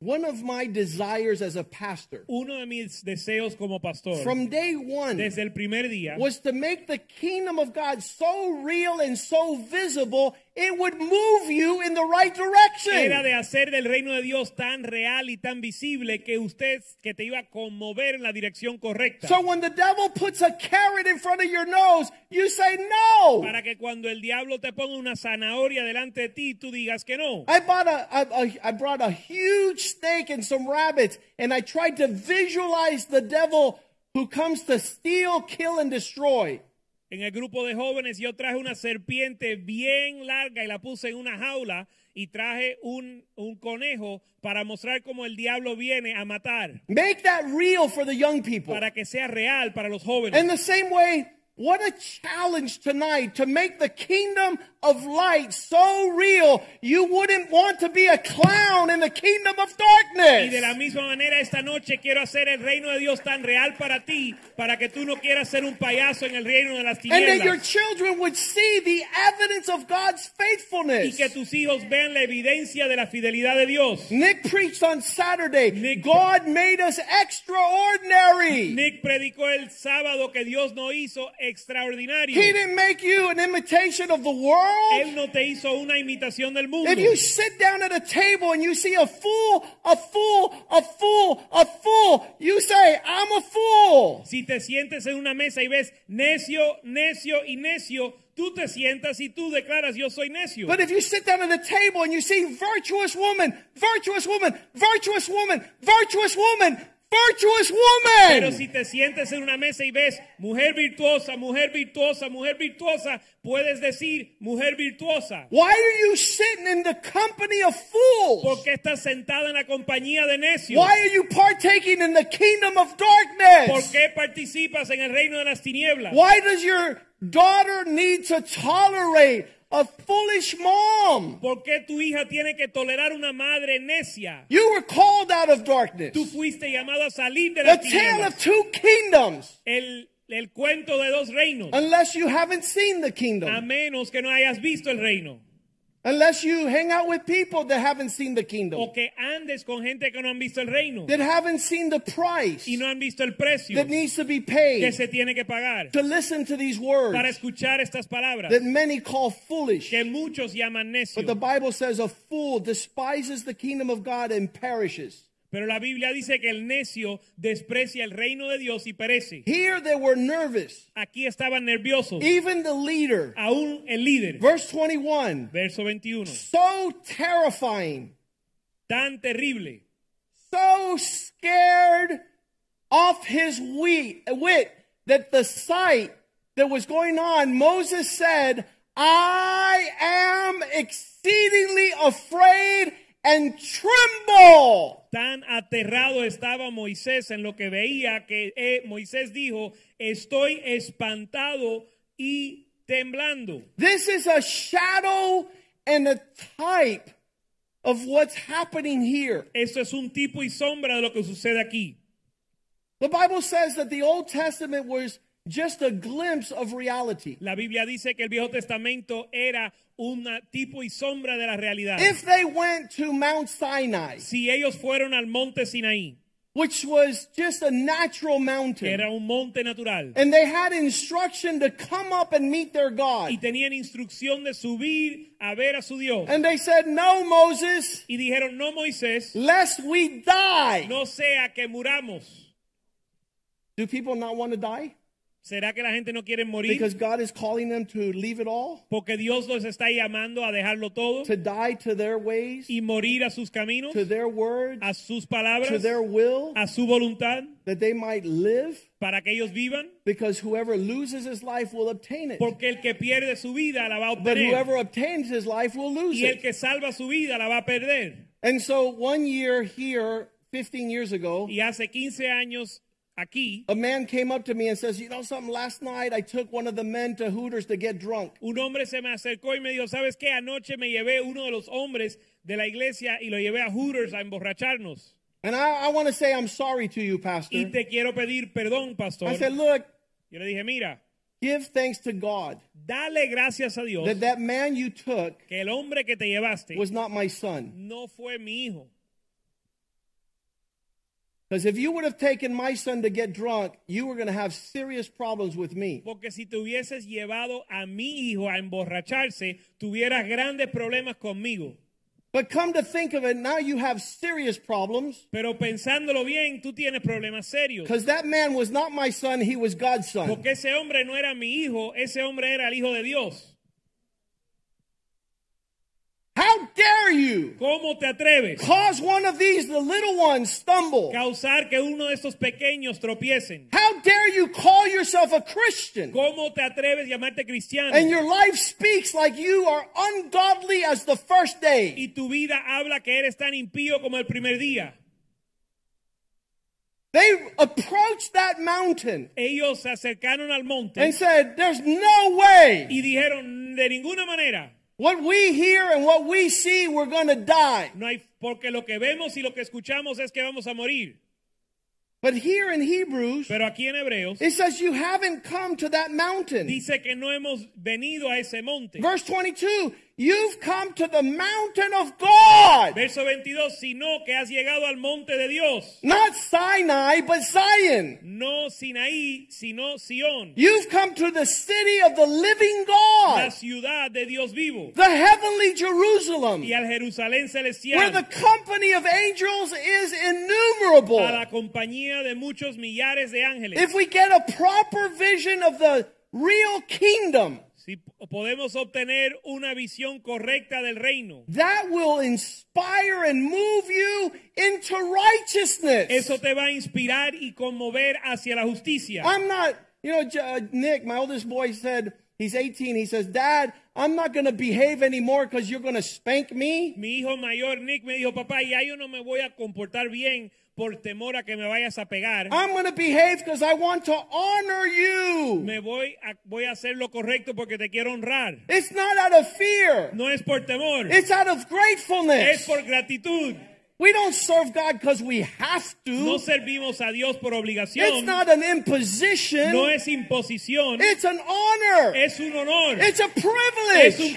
one of my desires as a pastor
Uno de mis deseos como pastor
from day one
desde el primer día
was to make the kingdom of God so real and so visible it would move you in the right
era de
direction.
hacer del reino de Dios tan real y tan visible que usted que te iba a conmover en la dirección correcta.
So when the devil puts a carrot in front of your nose, you say no.
para que cuando el diablo te ponga una zanahoria delante de ti, tú digas que no.
I bought a, a, a I brought a huge steak and some rabbits, and I tried to visualize the devil who comes to steal, kill, and destroy.
En el grupo de jóvenes yo traje una serpiente bien larga y la puse en una jaula y traje un, un conejo para mostrar cómo el diablo viene a matar,
Make that real for the young people.
para que sea real para los jóvenes.
In the same way, what a challenge tonight to make the kingdom of light so real you wouldn't want to be a clown in the kingdom of
y de la
darkness.
misma manera esta noche quiero hacer el reino de Dios tan real para ti, para que tú no quieras ser un payaso en el reino de las
And that your
tinieblas.
children would see the evidence of God's
Y
faithfulness.
que tus hijos vean la evidencia de la fidelidad de Dios.
Nick preached on Saturday,
Nick-
God made us extraordinary.
Nick predicó el sábado que Dios no hizo extraordinario.
he didn't make you an imitation of the world.
Él no te hizo una imitación del mundo.
If you sit down at a table and you see a fool, a fool, a fool, a fool, you say, I'm a fool.
Si te sientes en una mesa y ves necio, necio y necio, tú te sientas y tú declaras yo soy necio.
But if you sit down at a table and you see virtuous woman, virtuous woman, virtuous woman, virtuous woman, virtuous
Pero si
woman,
te sientes en una mesa y ves mujer virtuosa, mujer virtuosa, mujer virtuosa, puedes decir mujer virtuosa.
why are you sitting in the company of fools?
¿Por qué estás sentada en la compañía de necios?
Why are you partaking in the kingdom of
¿Por
darkness?
qué participas en el reino de las tinieblas?
Why does your daughter need to tolerate a foolish mom?
¿Por qué tu hija tiene que tolerar una madre necia?
You were called out of darkness.
Tú fuiste llamado a salir
The
de las
tale of
tinieblas.
two kingdoms.
El, el cuento de dos reinos.
Unless you haven't seen the
A
kingdom.
menos que no hayas visto el reino.
Unless you hang out with people that haven't seen the kingdom.
o que andes con gente que no han visto el reino
That haven't seen the price
y no han visto el precio
that needs to be
que
paid
se tiene que pagar
to listen to these
para
words
escuchar estas palabras
that many call foolish.
que muchos llaman necio.
But the Bible says a fool despises the kingdom of God and perishes.
Pero la Biblia dice que el necio desprecia el reino de Dios y perece.
Here they were nervous,
Aquí estaban nerviosos,
even the leader.
aún el líder.
Verse 21
Verso 21.
so terrifying,
Tan terrible,
so scared off his wheat, wit that the sight that was going on, Moses said, I am exceedingly afraid and tremble.
tan aterrado estaba Moisés en lo que veía que eh, Moisés dijo, estoy espantado y temblando.
This is a shadow and a type of what's happening here.
Esto es un tipo y sombra de lo que sucede aquí.
The Bible says that the Old Testament was just a glimpse of reality.
La Biblia dice que el Viejo Testamento era un tipo y sombra de la realidad.
If they went to Mount Sinai,
si ellos fueron al monte Sinaí,
which was just a natural
que
mountain,
era un monte natural,
and they had instruction to come up and meet their
y
God,
tenían instrucción de subir a ver a su Dios,
and they said, No, Moses,
y dijeron, no Moisés,
lest we die.
no sea que muramos.
Do people not want to die?
¿Será que la gente no quiere morir?
because God is calling them to leave it all,
Porque Dios los está llamando a dejarlo todo
to die to their ways,
y morir a sus caminos,
to their word,
a sus
to
palabras,
their will,
a su voluntad,
that they might live,
para que ellos vivan.
because whoever loses his life will obtain it.
Porque el que pierde su vida la va a
But whoever
obtener
obtains his life will lose
y el
it.
que salva su vida la va a perder.
And so one year here, 15 years ago,
Y hace 15 años aquí,
a man came up to me and says, You know something, last night I took one of the men to Hooters to get drunk.
un hombre se me acercó y me dijo, ¿sabes qué? Anoche me llevé uno de los hombres de la iglesia y lo llevé a Hooters a emborracharnos.
And I, I want to say, I'm sorry to you,
Y
Pastor.
te quiero pedir perdón, pastor.
I said, Look,
Yo le dije, mira,
give thanks to God
dale gracias a Dios
that that man you took
que el hombre que te llevaste
was not my son.
no fue mi hijo.
Because if you would have taken my son to get drunk, you were going to have serious problems with me.
Porque si te hubieses llevado a mi hijo a emborracharse, tuvieras grandes problemas conmigo.
But come to think of it, now you have serious problems.
Pero pensándolo bien, tú tienes problemas serios.
Because that man was not my son, he was God's son.
Porque ese hombre no era mi hijo, ese hombre era el hijo de Dios.
How dare you
¿Cómo te atreves
cause one of these, the little ones, stumble?
a causar que uno de estos pequeños tropiecen?
How dare you call yourself a Christian
¿Cómo te atreves a llamarte cristiano?
and your life speaks like you are ungodly as the first day?
Y tu vida habla que eres tan impío como el primer día.
They approached that mountain
Ellos se acercaron al monte
and said, There's no way
y dijeron, de ninguna manera,
what we hear and what we see, we're going to die.
no hay, porque lo que vemos y lo que escuchamos es que vamos a morir.
But here in Hebrews,
Pero aquí en Hebreos
it says, You haven't come to that mountain.
dice que no hemos venido a ese monte.
Verse 22 You've come to the mountain of God.
Verso 22, sino que has llegado al monte de Dios.
Not Sinai, but Zion.
No Sinaí, sino Sión.
You've come to the city of the living
la
God,
ciudad de Dios vivo
the heavenly Jerusalem,
y al Jerusalén
where the
celestial
company of angels is
a
innumerable.
la compañía de muchos millares de ángeles.
If we get a proper vision of the real kingdom,
si p- podemos obtener una visión correcta del reino,
that will inspire and move you into righteousness.
eso te va a inspirar y conmover hacia la justicia.
I'm not, you know, J- uh, Nick, my oldest boy said, he's 18, he says, Dad, I'm not going to behave anymore because you're going to spank me.
Mi hijo mayor Nick me dijo, papá, ya yo no me voy a comportar bien por temor a que me vayas a pegar.
I'm going to behave because I want to honor you.
Me voy a, voy a hacer lo correcto porque te quiero honrar.
It's not out of fear.
No es por temor,
It's out of
es
gratefulness.
por gratitud.
We don't serve God because we have to.
No servimos a Dios por
It's
obligación.
not an imposition.
No es imposición,
It's an honor.
es un honor,
It's a
es un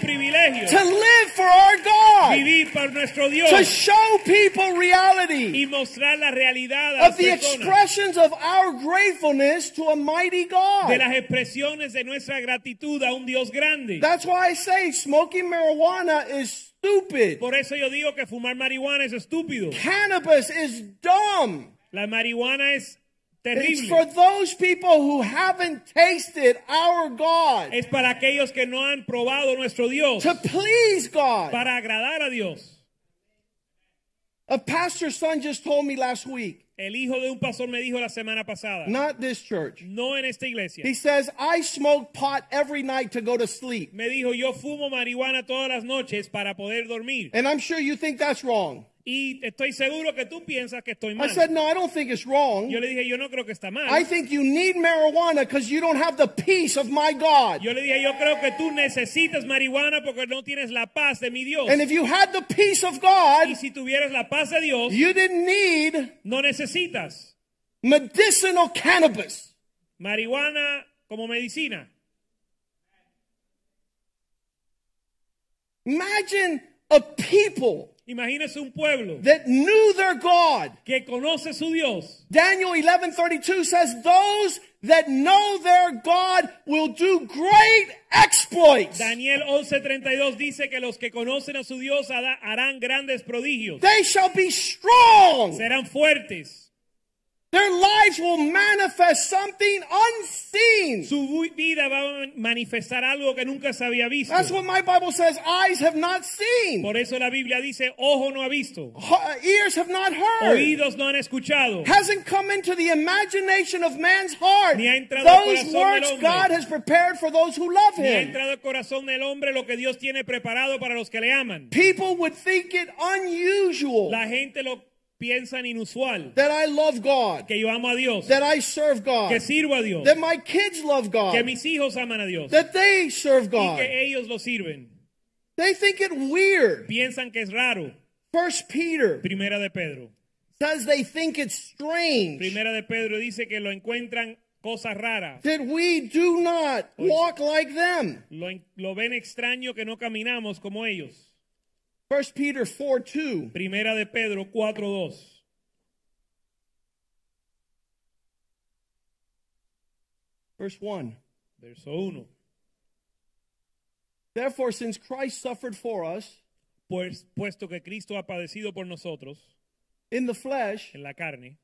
privilege to
privilegio
live for our God.
vivir para nuestro
To
Dios
show people reality
y mostrar la realidad a
of
las
the
personas
expressions of our gratefulness to a mighty
de
God.
las expresiones de nuestra gratitud a un Dios grande.
That's why I say smoking marijuana is stupid.
Por eso yo digo que fumar marihuana es estúpido.
Cannabis is dumb.
La marihuana es
It's for
terrible.
those people who haven't tasted our God
Es para aquellos que no han probado nuestro Dios
to please God.
para agradar a Dios.
A pastor's son just told me last week,
El hijo de un pastor me dijo la semana pasada,
not this church.
no en esta iglesia.
He says, I smoke pot every night to go to sleep.
Me dijo, yo fumo marihuana todas las noches para poder dormir.
And I'm sure you think that's wrong.
Y estoy seguro que tú piensas que estoy
I
mal.
said, No, I don't think it's
yo
wrong.
le dije, yo no creo que está mal.
I think you need marijuana because you don't have the peace of my God.
yo le dije, yo creo que tú necesitas marihuana porque no tienes la paz de mi Dios.
And if you had the peace of God,
y si tuvieras la paz de Dios,
you didn't need
no necesitas
medicinal cannabis.
marihuana como medicina.
Imagine a people
Imagínese un pueblo
that knew their God.
que conoce su Dios.
Daniel 11:32 says those that know their God will do great exploits.
Daniel 11:32 dice que los que conocen a su Dios hada- harán grandes prodigios.
They shall be strong
Serán fuertes
Their lives will manifest something unseen.
Su bu- vida va a man- manifestar algo que nunca se había visto.
That's what my Bible says eyes have not seen,
Por eso la Biblia dice, ojo no ha visto,
hu- ears have not heard,
oídos no han escuchado.
hasn't come into the imagination of man's heart.
Ni ha entrado al corazón
Those
del
words
hombre.
God has prepared for those who love
Ni ha
Him.
entrado al corazón del hombre lo que Dios tiene preparado para los que le aman.
People would think it unusual
La gente lo piensa en inusual,
that I love God,
que yo amo a Dios,
that I serve
que
God,
sirvo a Dios,
that my kids love
que
God,
mis hijos aman a Dios,
that they serve
y
God.
que ellos lo sirven.
They think it weird.
Piensan que es raro.
First Peter
Primera de Pedro.
says they think it's strange
Primera de Pedro dice que lo encuentran cosas raras.
that we do not walk like them.
Lo, en- lo ven extraño que no caminamos como ellos.
First Peter 4 2.
Primera de Pedro 4.2.
Verse 1.
Verso 1.
Therefore, since Christ suffered for us
Pues, puesto que Cristo ha padecido por nosotros
in the flesh,
en la carne,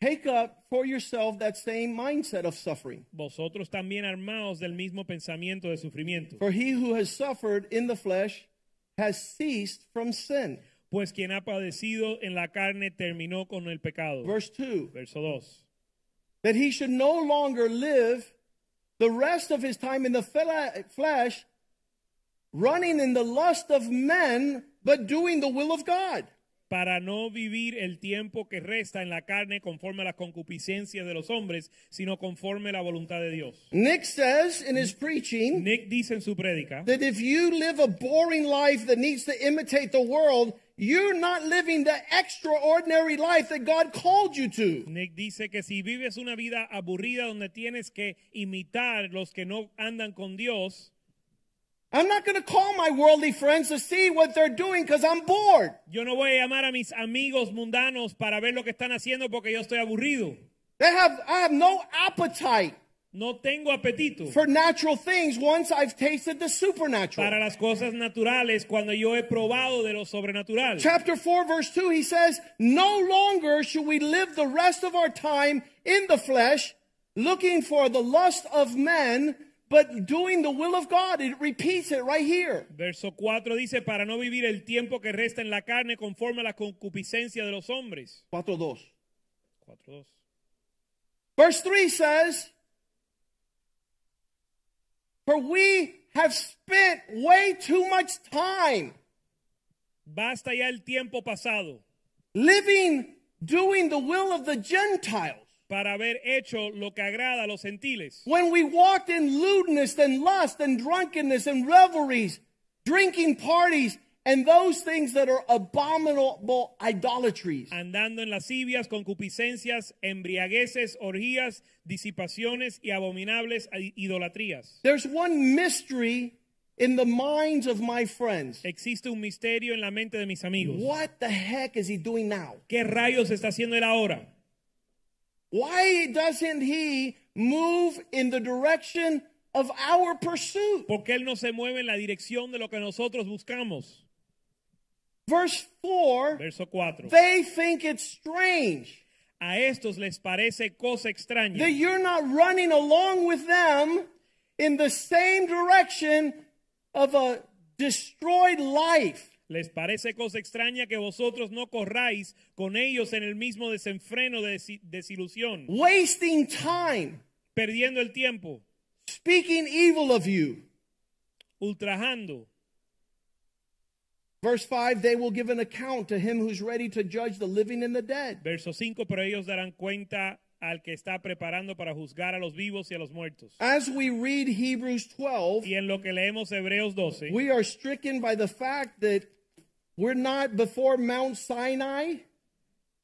take up for yourself that same mindset of suffering.
vosotros también armados del mismo pensamiento de sufrimiento.
For he who has suffered in the flesh has ceased from sin.
Pues quien ha padecido en la carne terminó con el pecado.
Verse 2.
Verso 2.
That he should no longer live the rest of his time in the fela- flesh, running in the lust of men, but doing the will of God.
para no vivir el tiempo que resta en la carne conforme a las concupiscencias de los hombres, sino conforme a la voluntad de Dios.
Nick says in his preaching
Nick dice en su prédica
that if you live a boring life that needs to imitate the world, you're not living the extraordinary life that God called you to.
Nick dice que si vives una vida aburrida donde tienes que imitar los que no andan con Dios,
I'm not going to call my worldly friends to see what they're doing because I'm bored.
yo no voy a llamar a mis amigos mundanos para ver lo que están haciendo porque yo estoy aburrido.
They have, I have no appetite
No tengo apetito
for natural things once I've tasted the
para
supernatural.
las cosas naturales cuando yo he probado de lo sobrenatural.
Chapter 4, verse 2, he says, No longer should we live the rest of our time in the flesh, looking for the lust of men, but doing the will of God. It repeats it right here.
Verso 4 dice, para no vivir el tiempo que resta en la carne conforme a la concupiscencia de los hombres.
4:2.
4.2.
Verse 3 says, For we have spent way too much time
Basta ya el tiempo pasado
living, doing the will of the Gentiles.
para haber hecho lo que agrada a los gentiles.
When we walked in lewdness and lust and drunkenness and revelries, drinking parties, and those things that are abominable idolatries.
Andando en lascivias, concupiscencias, embriagueces, orgías, disipaciones y abominables i- idolatrías.
There's one mystery in the minds of my friends.
Existe un misterio en la mente de mis amigos.
What the heck is he doing now?
¿Qué rayos está haciendo él ahora?
Why doesn't he move in the direction of our pursuit?
Porque él no se mueve en la dirección de lo que nosotros buscamos.
Verse 4
Verso 4.
they think it's strange
A estos les parece cosa extraña
that you're not running along with them in the same direction of a destroyed life.
Les parece cosa extraña que vosotros no corráis con ellos en el mismo desenfreno de desi- desilusión,
Wasting time,
perdiendo el tiempo,
speaking evil of you.
ultrajando.
Verse 5 They will give an account to him who's ready to judge the living and the dead.
Verso 5, pero ellos darán cuenta al que está preparando para juzgar a los vivos y a los muertos.
As we read Hebrews 12,
Y en lo que leemos Hebreos 12,
We are stricken by the fact that we're not before Mount Sinai.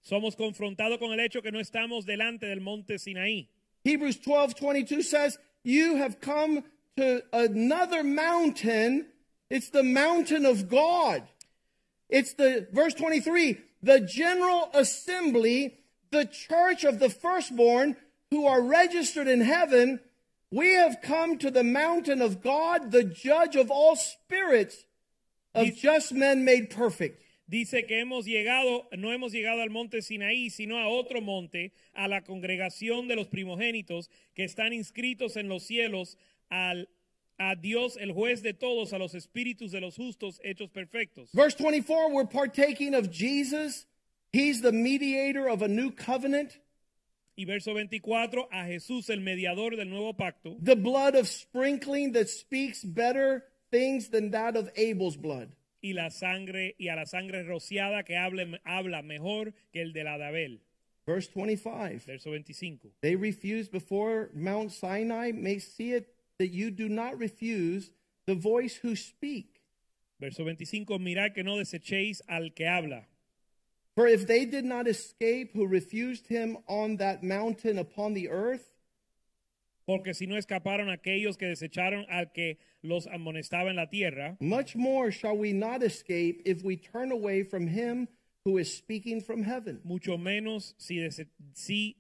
somos confrontados con el hecho que no estamos delante del monte Sinaí.
Hebrews 12 22 says, You have come to another mountain. It's the mountain of God. It's the, verse 23, the general assembly, the church of the firstborn who are registered in heaven. We have come to the mountain of God, the judge of all spirits, of just men made perfect.
dice que hemos llegado, no hemos llegado al monte Sinaí, sino a otro monte, a la congregación de los primogénitos que están inscritos en los cielos, al, a Dios el juez de todos, a los espíritus de los justos hechos perfectos.
Verse 24, we're partaking of Jesus. He's the mediator of a new covenant,
Y verso 24, a Jesús el mediador del nuevo pacto,
the blood of sprinkling that speaks better things than that of Abel's blood.
y la sangre y a la sangre rociada que hable- habla mejor que el de la de Abel.
Verse 25.
Verso 25.
They refuse before Mount Sinai may see it that you do not refuse the voice who speak.
Verso 25, mirad que no desechéis al que habla.
For if they did not escape who refused him on that mountain upon the earth,
Porque si no escaparon aquellos que desecharon al que los amonestaba en la tierra,
much more shall we not escape if we turn away from him who is speaking from heaven.
mucho menos si, dese- si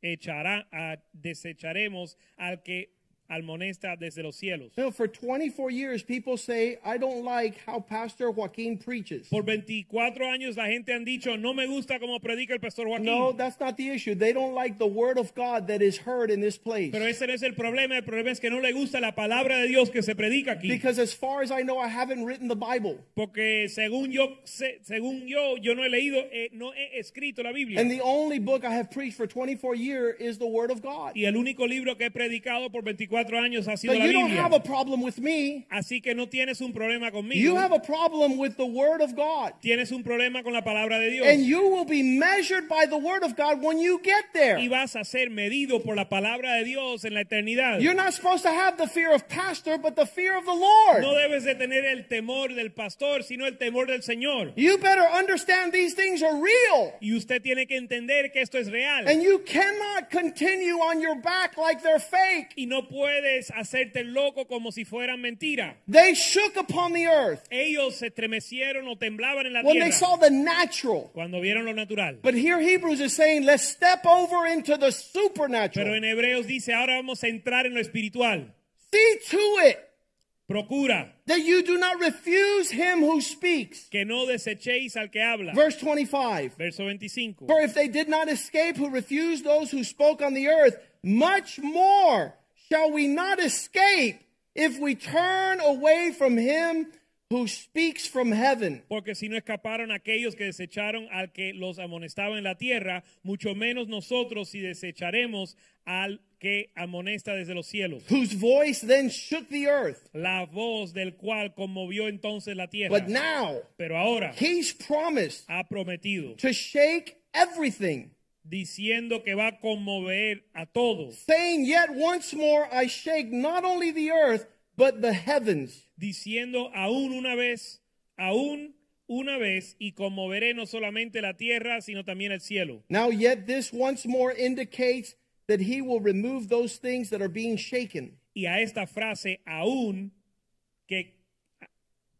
desechará, a- desecharemos al que amonesta desde los cielos.
So for 24 years, people say, I don't like how Pastor Joaquin preaches.
Por 24 años la gente han dicho, no me gusta cómo predica el pastor Joaquín.
No, that's not the issue. They don't like the word of God that is heard in this place.
Pero ese no es el problema, el problema es que no le gusta la palabra de Dios que se predica aquí.
Because as far as I know, I haven't written the Bible.
Porque según yo, se- según yo, yo no he leído, eh, no he escrito la Biblia.
And the only book I have preached for 24 years is the Word of God.
y el único libro que he predicado por 24 años ha
So
sido la
you don't
Biblia.
have a problem with me.
Así que no tienes un problema conmigo.
You have a problem with the Word of God.
tienes un problema con la palabra de Dios.
And you will be measured by the Word of God when you get
y
there.
vas a ser medido por la palabra de Dios en la eternidad.
You're not supposed to have the fear of pastor, but the fear of the
no
Lord.
debes de tener el temor del pastor, sino el temor del Señor.
You better understand these things are real.
Y usted tiene que entender que esto es real.
And you cannot continue on your back like they're fake.
y no puedes hacerte loco como si fueran mentira.
They shook upon the earth
Ellos se estremecieron o temblaban en la
when they
tierra
saw the natural.
cuando vieron lo natural.
But here Hebrews is saying, let's step over into the supernatural.
Pero en Hebreos dice, ahora vamos a entrar en lo espiritual.
See to it
Procura
that you do not refuse him who speaks.
que no desechéis al que habla.
Verse 25.
Verso 25.
For if they did not escape who refused those who spoke on the earth, much more shall we not escape if we turn away from him who speaks from heaven.
Porque si no escaparon aquellos que desecharon al que los amonestaba en la tierra, mucho menos nosotros si desecharemos al que amonesta desde los cielos.
Whose voice then shook the earth.
La voz del cual conmovió entonces la tierra.
But now
Pero ahora
he's promised
ha prometido,
to shake everything,
diciendo que va a conmover a todos,
saying, Yet once more I shake not only the earth, but the heavens.
diciendo aún una vez, aún una vez, y conmoveré no solamente la tierra, sino también el cielo.
Now, yet this once more indicates that he will remove those things that are being shaken.
y a esta frase aún que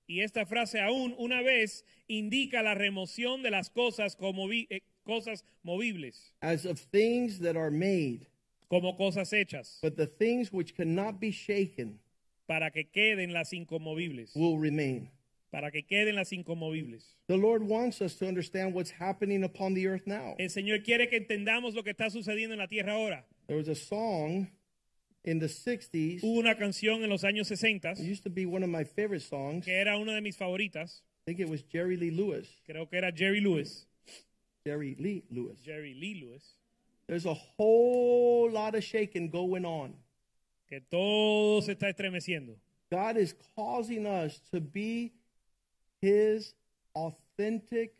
y esta frase aún una vez indica la remoción de las cosas como vi- eh, cosas movibles
as of things that are made,
como cosas hechas
but the things which cannot be shaken
para que queden las incomovibles
will remain.
para que queden las incomovibles
The Lord wants us to understand what's happening upon the earth now.
el Señor quiere que entendamos lo que está sucediendo en la tierra ahora
There was a song in the 60s, it
hubo una canción en los años 60
used to be one of my favorite songs.
que
I
era una de mis favoritas
think it was Jerry Lee Lewis.
creo que era Jerry Lewis
Jerry Lee Lewis.
Jerry Lee Lewis
There's a whole lot of shaking going on.
que todo se está estremeciendo
God is causing us to be His authentic,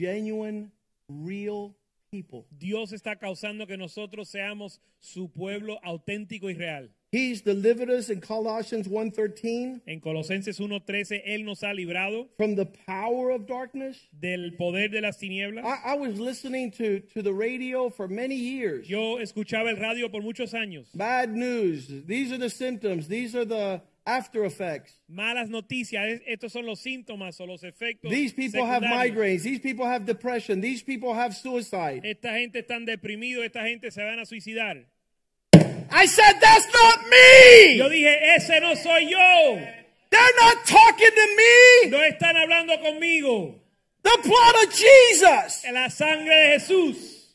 genuine, real people.
Dios está causando que nosotros seamos su pueblo auténtico y real.
He's delivered us in Colossians 1:13
En Colosenses 1:13, Él nos ha librado
from the power of darkness.
del poder de las tinieblas.
I, I was listening to, to the radio for many years.
Yo escuchaba el radio por muchos años.
Bad news. These are the symptoms. These are the after effects.
Malas noticias, es- estos son los síntomas o los efectos.
These people have
secundarios.
migraines. These people have depression. These people have suicide.
Esta gente está deprimida, esta gente se van a suicidar.
I said, That's not
Yo
me.
dije, ese no soy yo,
They're not talking to me.
No están hablando conmigo.
The blood of Jesus
La sangre de Jesús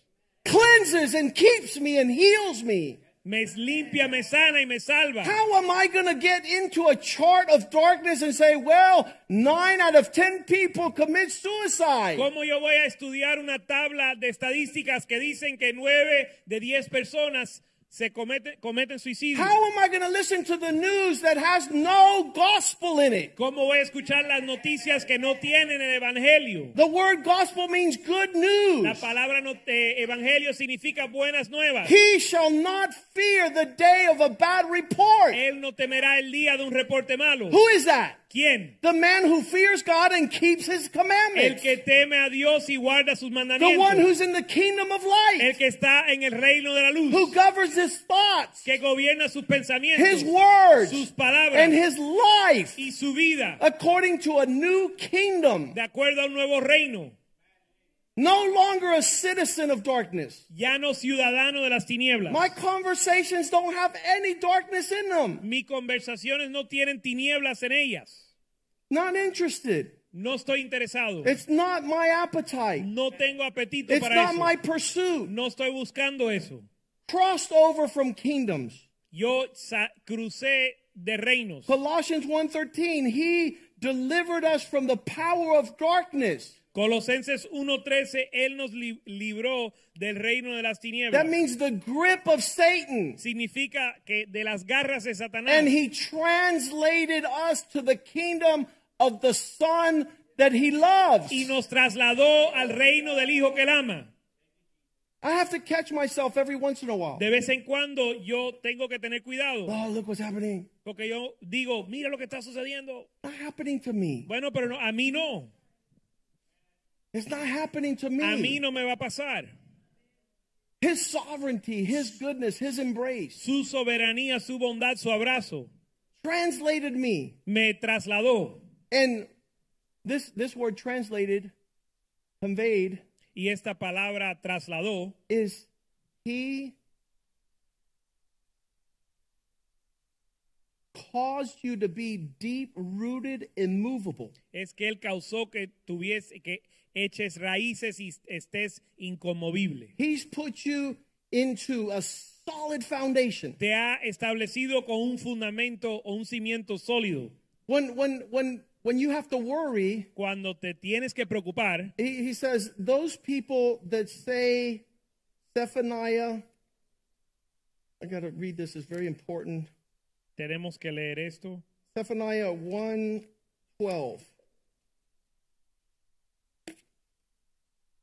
cleanses and keeps me and heals me.
me limpia, me sana y me salva.
How am I going to get into a chart of darkness and say, well, nine out of ten people commit suicide?
¿Cómo yo voy a estudiar una tabla de estadísticas que dicen que 9 de 10 personas se cometen, cometen suicidio?
How am I going to listen to the news that has no gospel in it?
¿Cómo voy a escuchar las noticias que no tienen el evangelio?
The word gospel means good
La
news.
palabra no- eh, evangelio significa buenas nuevas.
He shall not fear the day of a bad report.
Él no temerá el día de un reporte malo.
Who is that?
¿Quién?
The man who fears God and keeps his
El
commandments.
que teme a Dios y guarda sus
The one
mandamientos.
who's in the kingdom of light,
El que está en el reino de la
who
luz.
governs his thoughts,
Que gobierna sus
his
pensamientos, sus
words, and
palabras
his life
y su vida
according to a new kingdom.
de acuerdo a un nuevo reino.
No longer a citizen of darkness.
ya no ciudadano de las tinieblas.
My conversations don't have any darkness in them.
Mis conversaciones no tienen tinieblas en ellas.
Not interested.
No estoy interesado.
It's not my appetite.
No tengo apetito
It's
para
not
eso.
my pursuit.
No estoy buscando eso.
Crossed over from kingdoms.
Yo sa- crucé de reinos.
Colossians 1:13, he delivered us from the power of darkness.
Colosenses 1:13, Él nos li- libró del reino de las tinieblas.
That means the grip of Satan.
Significa que de las garras de Satanás.
And he translated us to the kingdom of the son that he loves.
y nos trasladó al reino del Hijo que Él ama.
I have to catch myself every once in a while.
De vez en cuando yo tengo que tener cuidado.
Oh, look what's happening.
Porque yo digo, mira lo que está sucediendo.
Not happening to me.
Bueno, pero no, a mí no.
It's not happening to me.
A mí no me va a pasar.
His sovereignty, his goodness, his embrace
Su soberanía, su bondad, su abrazo
translated me.
me trasladó.
And this this word translated, conveyed
Y esta palabra trasladó
is he caused you to be deep rooted, immovable.
es que él causó que tuviese que eches raíces y estés inconmovible.
He's put you into a solid foundation.
Te ha establecido con un fundamento o un cimiento sólido.
When when when when you have to worry,
Cuando te tienes que preocupar,
he, he says those people that say Zephaniah. I gotta read this; it's very important.
tenemos que leer esto.
Zephaniah one twelve.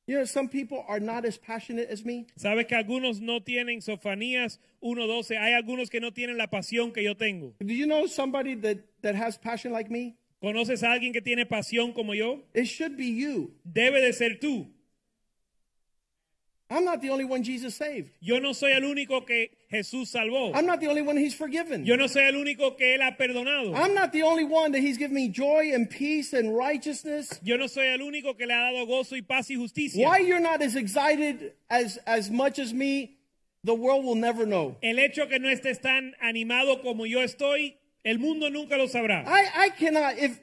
You know, some people are not as passionate as me.
Sabes que algunos no tienen sofanías 1.12. Hay algunos que no tienen la pasión que yo tengo.
Do you know somebody that that has passion like me?
¿Conoces a alguien que tiene pasión como yo?
It should be you.
Debe de ser tú.
I'm not the only one Jesus saved.
Yo no soy el único que Jesús salvó.
I'm not the only one He's forgiven.
Yo no soy el único que Él ha perdonado.
I'm not the only one that He's given me joy and peace and righteousness.
Yo no soy el único que le ha dado gozo y paz y justicia.
Why you're not as excited as as much as me, the world will never know.
El hecho que no estés tan animado como yo estoy, el mundo nunca lo sabrá.
I I cannot if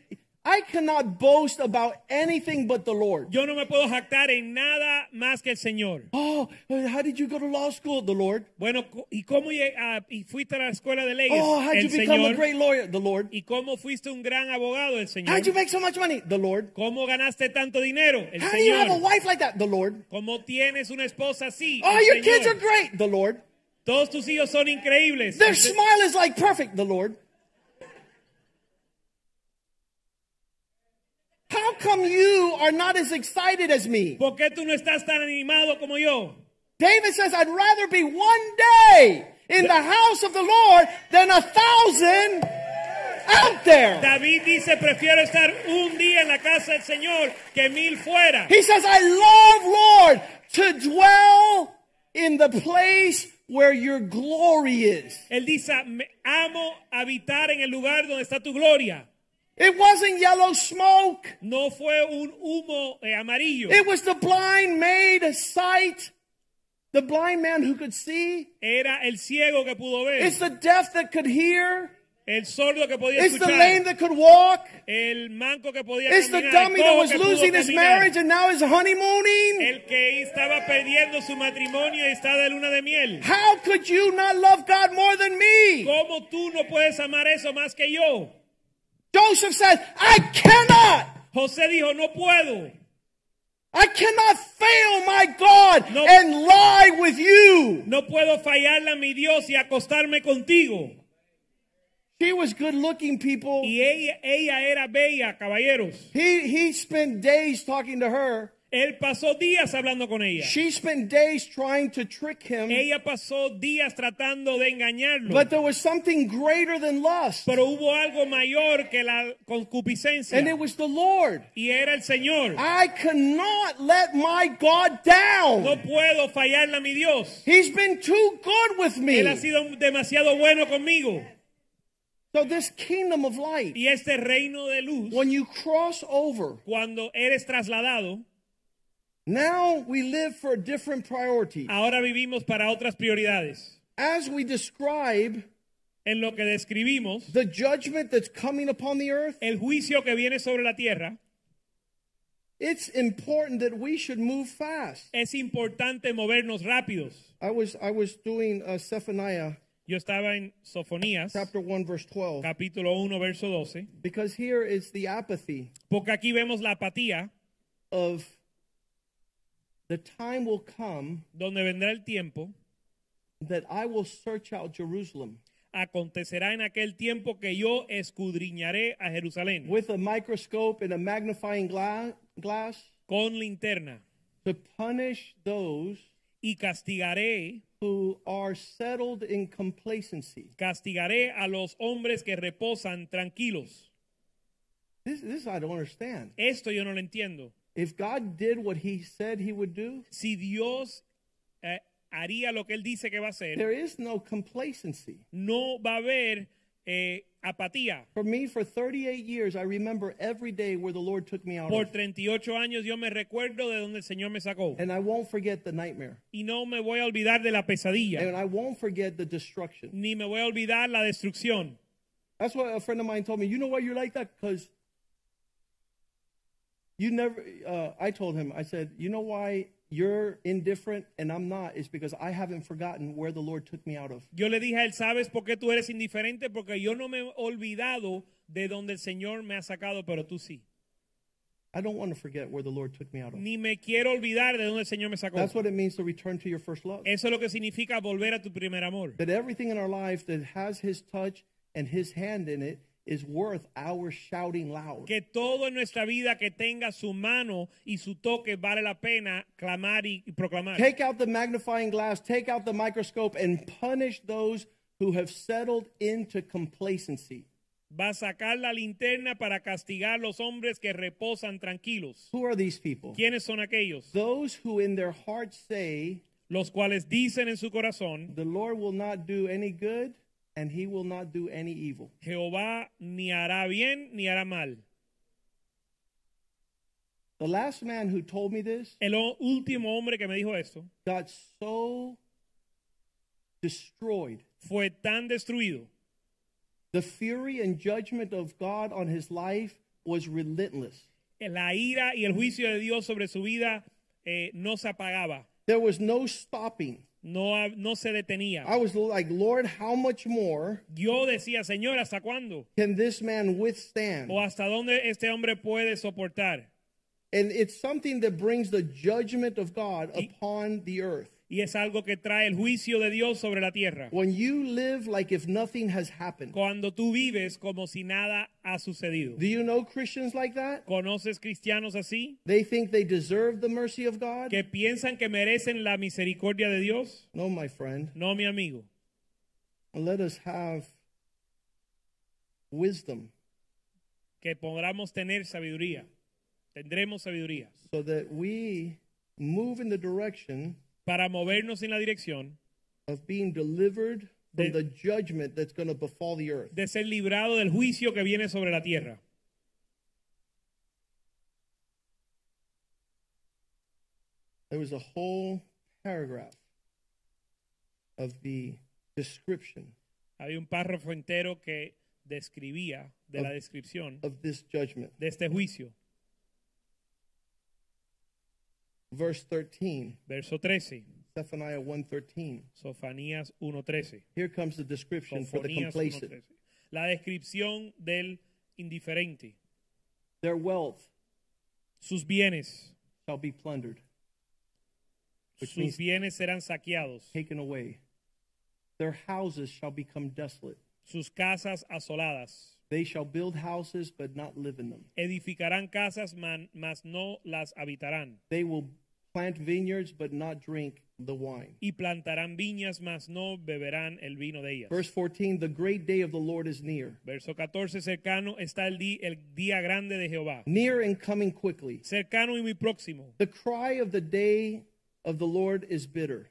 I cannot boast about anything but the Lord.
Yo no me puedo jactar en nada más que el Señor.
Oh, how did you go to law school? The Lord.
Bueno, co- ¿y cómo lleg- ah, y fuiste a la escuela de leyes?
Oh, how'd you
El
become a
Señor.
great lawyer? The Lord.
¿Y cómo fuiste un gran abogado? El Señor.
How'd you make so much money? The Lord.
¿Cómo ganaste tanto dinero? El
How do you have a
Señor.
wife like that? The Lord.
¿Cómo tienes una esposa así?
Oh,
El
your kids are
Señor.
great. The Lord.
Todos tus hijos son increíbles.
Their
El Se-
smile is like perfect. The Lord. How come you are not as excited as me?
¿Por qué tú no estás tan animado como yo?
David says, I'd rather be one day in the house of the Lord than a thousand out there.
David dice, prefiero estar un día en la casa del Señor que mil fuera.
He says, I love, Lord, to dwell in the place where your glory is.
Él dice, "Me- amo habitar en el lugar donde está tu gloria.
It wasn't yellow smoke.
No fue un humo eh, amarillo.
It was the blind made sight. The blind man who could see.
Era el ciego que pudo ver.
It's the deaf that could hear.
El sordo que podía
It's the lame
escuchar.
that could walk.
El manco que podía
It's the
caminar.
dummy
el
that
cojo
was
que pudo
losing his
caminar,
marriage and now is honeymooning.
El que estaba perdiendo su matrimonio y está de luna de miel.
How could you not love God more than me?
¿Cómo tú no puedes amar eso más que yo?
Joseph says, I cannot.
José dijo, no puedo.
I cannot fail my God
No.
and lie with you.
No puedo fallarle a mi Dios y acostarme contigo.
She was good looking people.
Y ella, ella era bella, caballeros.
He, he spent days talking to her.
Él pasó días hablando con ella.
She spent days trying to trick him.
Ella pasó días tratando de engañarlo.
But there was something greater than lust.
pero hubo algo mayor que la concupiscencia.
And it was the Lord.
y era el Señor.
I cannot let my God down.
No puedo fallarle a mi Dios.
He's been too good with
Él ha
me.
sido demasiado bueno conmigo.
So this kingdom of light,
Y este reino de luz,
when you cross over,
cuando eres trasladado,
now we live for a different priority.
ahora vivimos para otras prioridades.
As we describe
En lo que describimos,
the judgment that's coming upon the earth,
el juicio que viene sobre la tierra,
it's important that we should move fast.
es importante movernos rápidos.
I was I was doing uh, Zephaniah
Yo estaba en Sofonías,
chapter 1 verse 12
capítulo 1, verso 12,
because here is the apathy
porque aquí vemos la apatía,
of the time will come
donde vendrá el tiempo.
that I will search out Jerusalem
Acontecerá en aquel tiempo que yo escudriñaré a Jerusalén
with a microscope and a magnifying gla- glass
con linterna
to punish those
y castigaré,
who are settled in complacency.
castigaré a los hombres que reposan tranquilos.
This, this I don't understand.
Esto yo no lo entiendo.
If God did what He said He would do,
Si Dios eh, haría lo que él dice que va a hacer,
there is no complacency.
no va a haber eh, apatía.
For me, for 38 years, I remember every day where the Lord took me out.
Por
Of,
38 años yo me recuerdo de donde el Señor me sacó.
and I won't forget the nightmare.
Y no me voy a olvidar de la pesadilla,
And I won't forget the destruction.
ni me voy a olvidar la destrucción.
That's why a friend of mine told me, you know why you're like that? Because you never, uh, I told him, I said, you know why you're indifferent and I'm not? Is because I haven't forgotten where the Lord took me out of.
Yo le dije a él, ¿sabes por qué tú eres indiferente? Porque yo no me he olvidado de donde el Señor me ha sacado, pero tú sí.
I don't want to forget where the Lord took me out of.
Ni me quiero olvidar de donde el Señor me sacó.
That's what it means to return to your first love.
Eso es lo que significa volver a tu primer amor.
that everything in our life that has his touch and his hand in it is worth our shouting loud.
Que todo en nuestra vida que tenga su mano y su toque vale la pena clamar y, y proclamar.
Take out the magnifying glass, take out the microscope, and punish those who have settled into complacency.
Va a sacar la linterna para castigar los hombres que reposan tranquilos.
Who are these people?
¿Quiénes son aquellos?
Those who in their hearts say,
Los cuales dicen en su corazón,
The Lord will not do any good and he will not do any evil.
Jehová ni hará bien ni hará mal.
The last man who told me this
El o- último hombre que me dijo esto
got so destroyed.
fue tan destruido.
The fury and judgment of God on his life was relentless.
La ira y el juicio de Dios sobre su vida eh, no se apagaba,
There was no stopping.
no, ha- no se detenía.
I was like, Lord, how much more
Yo decía, Señor, ¿hasta cuándo?
can this man withstand?
¿O hasta dónde este hombre puede soportar?
And it's something that brings the judgment of God upon the earth.
Y es algo que trae el juicio de Dios sobre la tierra.
When you live like if nothing has happened.
Cuando tú vives como si nada ha sucedido.
Do you know Christians like that?
¿Conoces cristianos así?
They think they deserve the mercy of God?
¿Que piensan que merecen la misericordia de Dios?
No, my friend.
No, mi amigo.
Let us have wisdom
Que podamos tener sabiduría. Tendremos sabiduría.
so that we move in the direction
Para movernos en la dirección
of being delivered from
They-
the judgment that's going to befall the earth.
de ser librado del juicio que viene sobre la tierra.
There was a whole paragraph of the description
Había un párrafo entero que describía de la descripción
of this judgment.
de este juicio.
Verse 13,
Verso 13,
Zephaniah 1:13.
Sofanías 1.13.
Here comes the description for the
Sofonías
complacent.
1:13. La descripción del indiferente.
Their wealth
Sus bienes,
shall be plundered, Which means-
sus bienes serán saqueados,
taken away. Their houses shall become desolate.
sus casas asoladas.
They shall build houses but not live in them.
Edificarán casas, man- mas no las habitarán.
They will plant vineyards but not drink the wine.
Y plantarán viñas, mas no beberán el vino de ellas.
Verse 14, the great day of the Lord is near.
Verso 14, cercano está el, di- el día grande de Jehová.
Near and coming quickly.
Cercano y muy próximo.
The cry of the day of the Lord is bitter.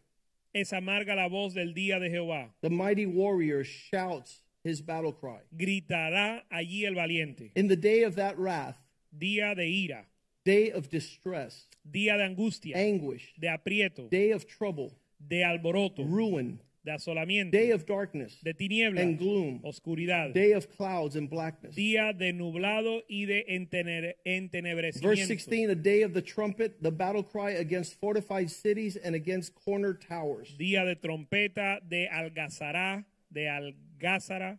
Es amarga la voz del día de Jehová.
The mighty warrior shouts his battle cry.
Gritará allí el valiente.
In the day of that wrath,
Día de ira,
day of distress,
día de angustia,
anguish,
de aprieto,
day of trouble,
de alboroto,
ruin,
de asolamiento,
day of darkness,
de tinieblas,
and gloom.
oscuridad,
day of clouds and blackness.
día de nublado y de entene-
Verse
entenebrecimiento.
16, a day of the trumpet, the battle cry against fortified cities and against corner towers.
Día de trompeta, de algazará, de algázara,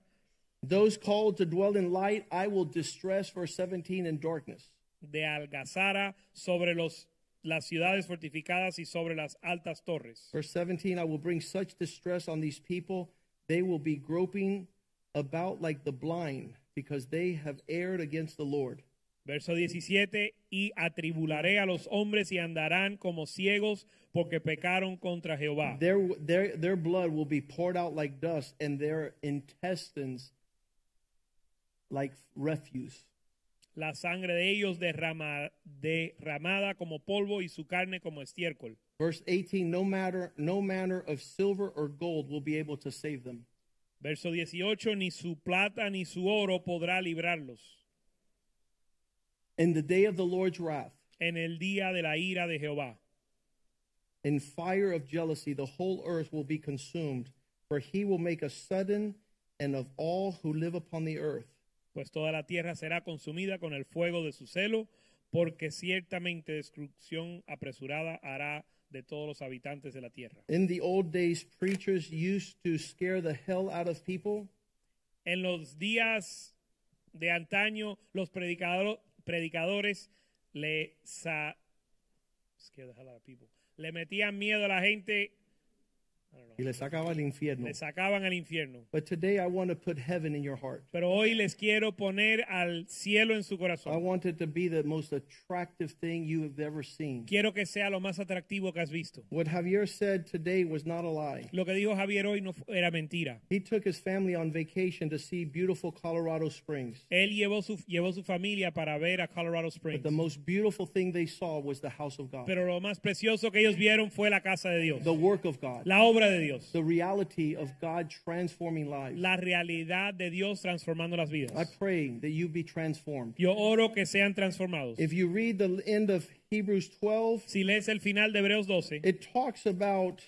Those called to dwell in light, I will distress, verse 17, in darkness.
de algazara sobre los, las ciudades fortificadas y sobre las altas torres.
Verse 17, I will bring such distress on these people, they will be groping about like the blind, because they have erred against the Lord.
Verso 17, y atribularé a los hombres y andarán como ciegos porque pecaron contra Jehová.
Their, their, their blood will be poured out like dust, and their intestines like refuse.
La sangre de ellos derrama- derramada como polvo y su carne como estiércol.
Verse 18 no matter no manner of silver or gold will be able to save them.
Verso 18, ni su plata ni su oro podrá librarlos
In the day of the Lord's wrath,
en el día de la ira de Jehová.
in fire of jealousy, the whole earth will be consumed, for he will make a sudden and of all who live upon the earth.
Pues toda la tierra será consumida con el fuego de su celo, porque ciertamente destrucción apresurada hará de todos los habitantes de la tierra.
In the old days, preachers used to scare the hell out of people
En los días de antaño, los predicador- predicadores le, sa- scared the hell out of people. le metían miedo a la gente,
y les sacaba al infierno.
le sacaban al infierno.
But today I want to put heaven in your heart.
Pero hoy les quiero poner al cielo en su
I
corazón.
want it to be the most attractive thing you have ever seen.
Quiero que sea lo más atractivo que has visto.
What Javier said today was not a lie.
Lo que dijo Javier hoy no fu- era mentira.
He took his family on vacation to see beautiful Colorado Springs.
Él llevó su, llevó su familia para ver a Colorado
But
Springs.
the most beautiful thing they saw was the house of God,
Pero lo más precioso que ellos vieron fue la casa de Dios,
the work of God,
la obra de Dios.
the reality of God transforming lives.
la realidad de Dios transformando las
I
vidas.
pray that you be transformed.
Yo oro que sean transformados.
If you read the end of Hebrews 12,
Si lees el final de Hebreos 12,
it talks about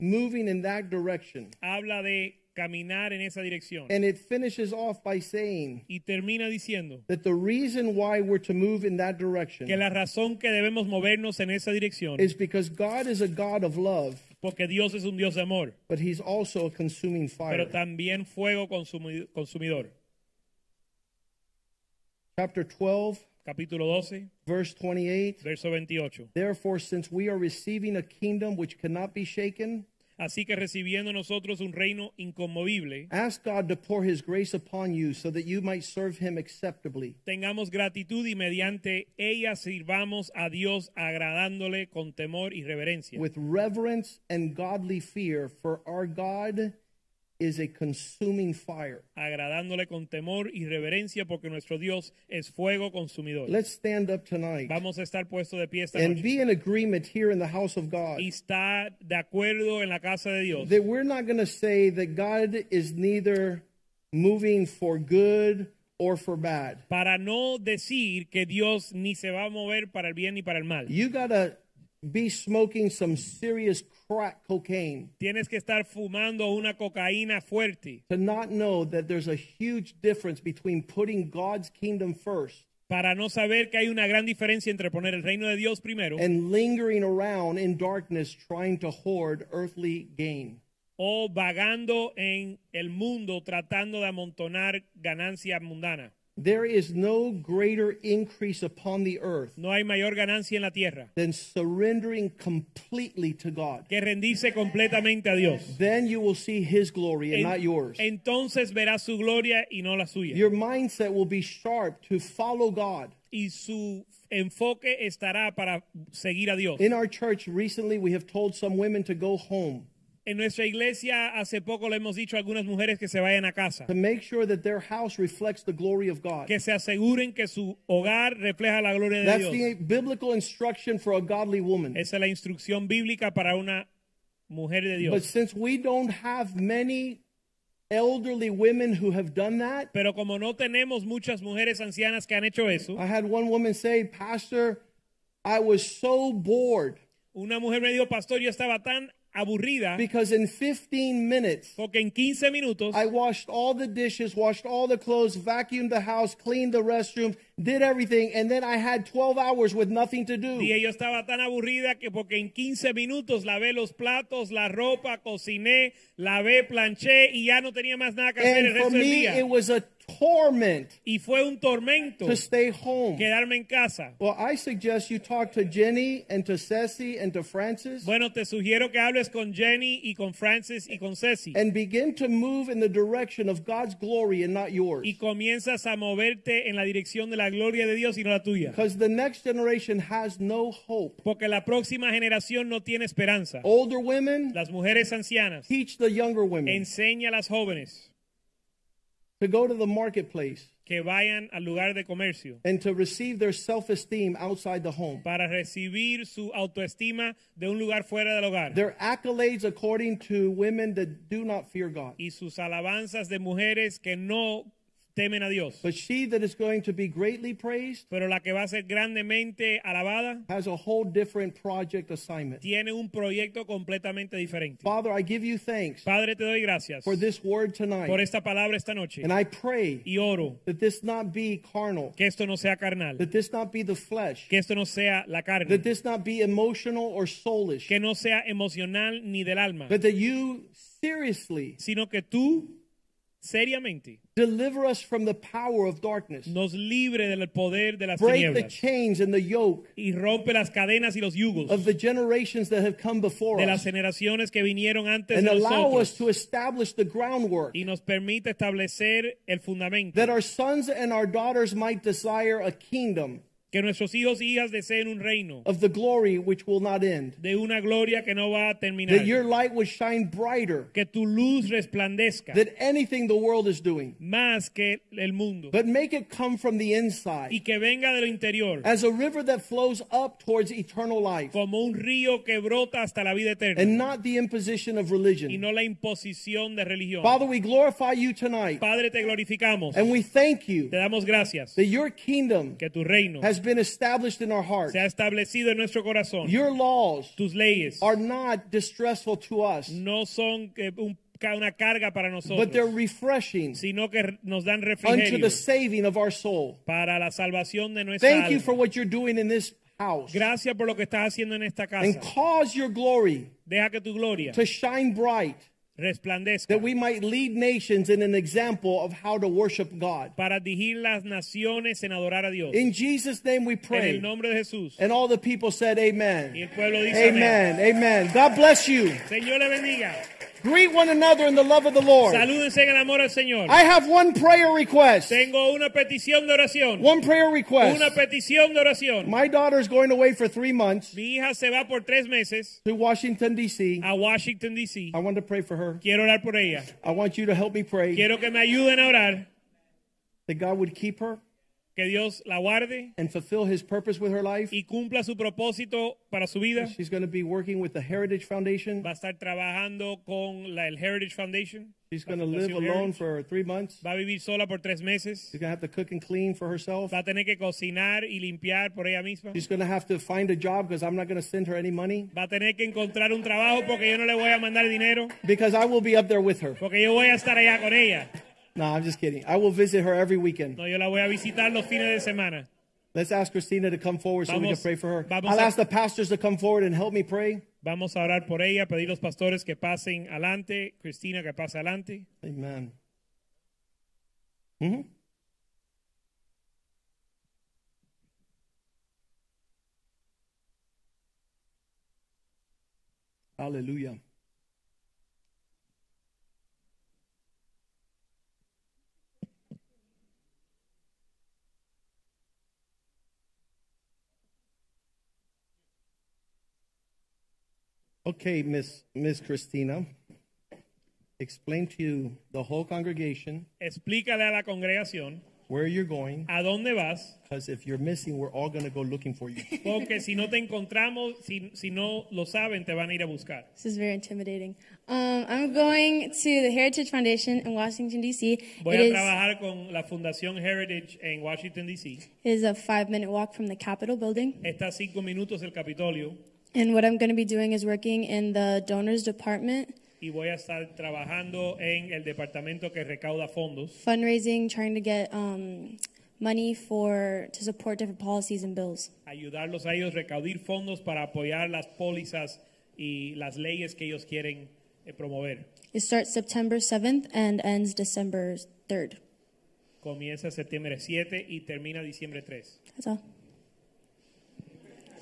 moving in that direction.
habla de caminar en esa dirección
And it finishes off by saying
y termina diciendo
that the reason why we're to move in that
que
direction
la razón que debemos movernos en esa dirección
is because God is a God of love,
porque Dios es un Dios de amor,
but He's also a consuming fire.
pero también fuego consumi- consumidor.
Chapter 12,
Capítulo 12,
verse 28.
verso 28.
Therefore, since we are receiving a kingdom which cannot be shaken,
Así que recibiendo nosotros un reino inconmovible,
ask God to pour his grace upon you so that you might serve him acceptably,
tengamos gratitud y mediante ella sirvamos a Dios agradándole con temor y reverencia.
with reverence and godly fear, for our God is a consuming fire.
agradándole con temor y reverencia porque nuestro Dios es fuego consumidor.
Let's stand up tonight
Vamos a estar puesto de pie esta
and
noche
be in agreement here in the house of God
y estar de acuerdo en la casa de Dios.
that we're not going to say that God is neither moving for good or for bad.
Para no decir que Dios ni se va a mover para el bien ni para el mal.
You got to be smoking some serious crack cocaine
Tienes que estar fumando una cocaína fuerte
to not know that there's a huge difference between putting God's kingdom first
para no saber que hay una gran diferencia entre poner el reino de Dios primero
and lingering around in darkness trying to hoard earthly gain.
o vagando en el mundo tratando de amontonar ganancia mundana.
There is no greater increase upon the earth
No hay mayor ganancia en la tierra
than surrendering completely to God.
que rendirse completamente a Dios.
Then you will see His glory and
En-
not yours.
Entonces verás su gloria y no la suya.
Your mindset will be sharp to follow God.
y su enfoque estará para seguir a Dios.
In our church recently, we have told some women to go home
En nuestra iglesia hace poco le hemos dicho a algunas mujeres que se vayan a casa,
to make sure that their house reflects the glory of God.
que se aseguren que su hogar refleja la gloria de
That's
Dios.
the biblical instruction for a godly woman.
Esa es la instrucción bíblica para una mujer de
But
Dios.
since we don't have many elderly women who have done that,
Pero como no tenemos muchas mujeres ancianas que han hecho eso,
I had one woman say, Pastor, I was so bored
una mujer me dijo, pastor, yo estaba tan aburrida
because in 15 minutes,
porque en 15 minutos
I washed all the dishes, washed all the clothes, vacuumed the house, cleaned the restrooms, did everything, and then I had 12 hours with nothing to
dije,
do.
yo estaba tan aburrida que porque en 15 minutos lavé los platos, la ropa, cociné, lavé, planché y ya no tenía más nada que hacer el
And for
resto del
me,
día.
it was a torment
Y fue un tormento
to stay home.
quedarme en casa.
Well, I suggest you talk to Jenny and to Ceci and to Francis
Bueno, te sugiero que hables con Jenny y con Francis y con Ceci.
and begin to move in the direction of God's glory and not yours.
y comienzas a moverte en la dirección de la gloria de Dios y no la tuya.
Because the next generation has no hope.
Porque la próxima generación no tiene esperanza.
Older women,
Las mujeres ancianas,
teach the younger women
enseña a las jóvenes
to go to the marketplace
que vayan al lugar de comercio
and to receive their self esteem outside the home.
para recibir su autoestima de un lugar fuera del hogar
Their accolades according to women that do not fear God.
y sus alabanzas de mujeres que no temen a Dios.
But she that is going to be greatly praised
Pero la que va a ser grandemente alabada
has a whole different project assignment.
tiene un proyecto completamente diferente.
Father, I give you thanks
Padre, te doy gracias
for this word
por
tonight.
esta palabra esta noche
And I pray
y oro
that this not be carnal,
que esto no sea carnal.
that this not be the flesh,
que esto no sea la carne,
that this not be emotional or soulish,
que no sea emocional ni del alma,
but that you seriously
sino que tú seriamente
deliver us from the power of darkness.
nos libre del poder de las
Break the
tinieblas
chains and the yoke
y rompe las cadenas y los yugos
of the generations that have come before
de
us
las generaciones que vinieron antes
and
de
allow us
nosotros
to establish the groundwork
y nos permite establecer el fundamento
that our sons and our daughters might desire a kingdom
que nuestros hijos y hijas deseen un reino
of the glory which will not end.
de una gloria que no va a terminar,
That your light would shine brighter
que tu luz resplandezca
than anything the world is doing.
más que el mundo
But make it come from the
y
inside
que venga de lo interior
as a river that flows up towards eternal life
como un río que brota hasta la vida eterna.
and not the imposition of
y
religion.
no la imposición de religión.
Father, we glorify you tonight
Padre, te glorificamos,
and we thank you
te damos gracias
that your kingdom
que tu reino
has been established in our hearts.
se ha establecido en nuestro corazón.
Your laws
Tus leyes
are not distressful to us,
no son eh, un- ca- una carga para
but they're
nosotros,
refreshing
sino que r- nos dan
unto
refrigerio
the saving of our soul.
para la salvación de nuestra
Thank you
alma.
for what you're doing in this house.
Gracias por lo que estás haciendo en esta casa.
And cause your glory
Deja que tu gloria
to shine bright
resplandezca
that we might lead nations in an example of how to worship God.
para dirigir las naciones en adorar a Dios.
In Jesus' name we
En el
pray.
nombre de Jesús.
And all the people said,
Y el
Amen.
pueblo dice amén.
Amen. Amen. God bless you.
Señor le bendiga.
Greet one another in the love of the Lord.
Salúdense en el amor al Señor.
I have one prayer request.
Tengo una petición de oración.
One prayer
Una
request.
petición de oración.
My daughter's going away for three months
Mi hija se va por tres meses
to Washington, D.C.
a Washington, D.C.
I want to pray for her.
Quiero orar por ella.
I want you to help me pray
Quiero que me ayuden a orar
that God would keep her,
Que Dios la guarde
and fulfill his purpose with her life.
y cumpla su propósito para su vida.
She's going to be working with the Heritage Foundation.
Va a estar trabajando con la, el Heritage Foundation.
She's going to live alone for three months.
Va a vivir sola por tres meses.
She's going to have to cook and clean for herself.
Va a tener que cocinar y limpiar por ella misma.
She's going to have to find a job because I'm not going to send her any money
Va a tener que encontrar un trabajo porque yo no le voy a mandar dinero.
because I will be up there with her.
Porque yo voy a estar allá con ella.
No, I'm just kidding. I will visit her every weekend.
No, yo la voy a visitar los fines de semana.
Let's ask Christina to come forward so we can
Vamos-
pray for her.
vamos
I'll
a-
ask the pastors to come forward and help me pray.
Vamos a orar por ella, pedir a los pastores que pasen adelante, Cristina que pase adelante.
Amen. hmm Hallelujah. Okay, Miss Miss Christina explain to you the whole congregation
Explícale a la congregación
where you're going
a dónde vas,
because if you're missing we're all going to go looking for you
porque si no te encontramos, si, si no lo saben, te van a ir a buscar.
This is very intimidating. Um, I'm going to the Heritage Foundation in Washington, D.C.
Voy
It
a
is,
trabajar con la Fundación Heritage en Washington, D.C.
it is a five minute walk from the Capitol building.
Está a cinco minutos del Capitolio
And what I'm going to be doing is working in the donors department,
y voy a estar trabajando en el departamento que recauda fondos,
fundraising, trying to get um, money for to support different policies and bills.
ayudarlos a ellos a recaudar fondos para apoyar las pólizas y las leyes que ellos quieren eh, promover.
It starts September 7th and ends December 3rd.
Comienza septiembre 7 y termina diciembre 3.
That's all.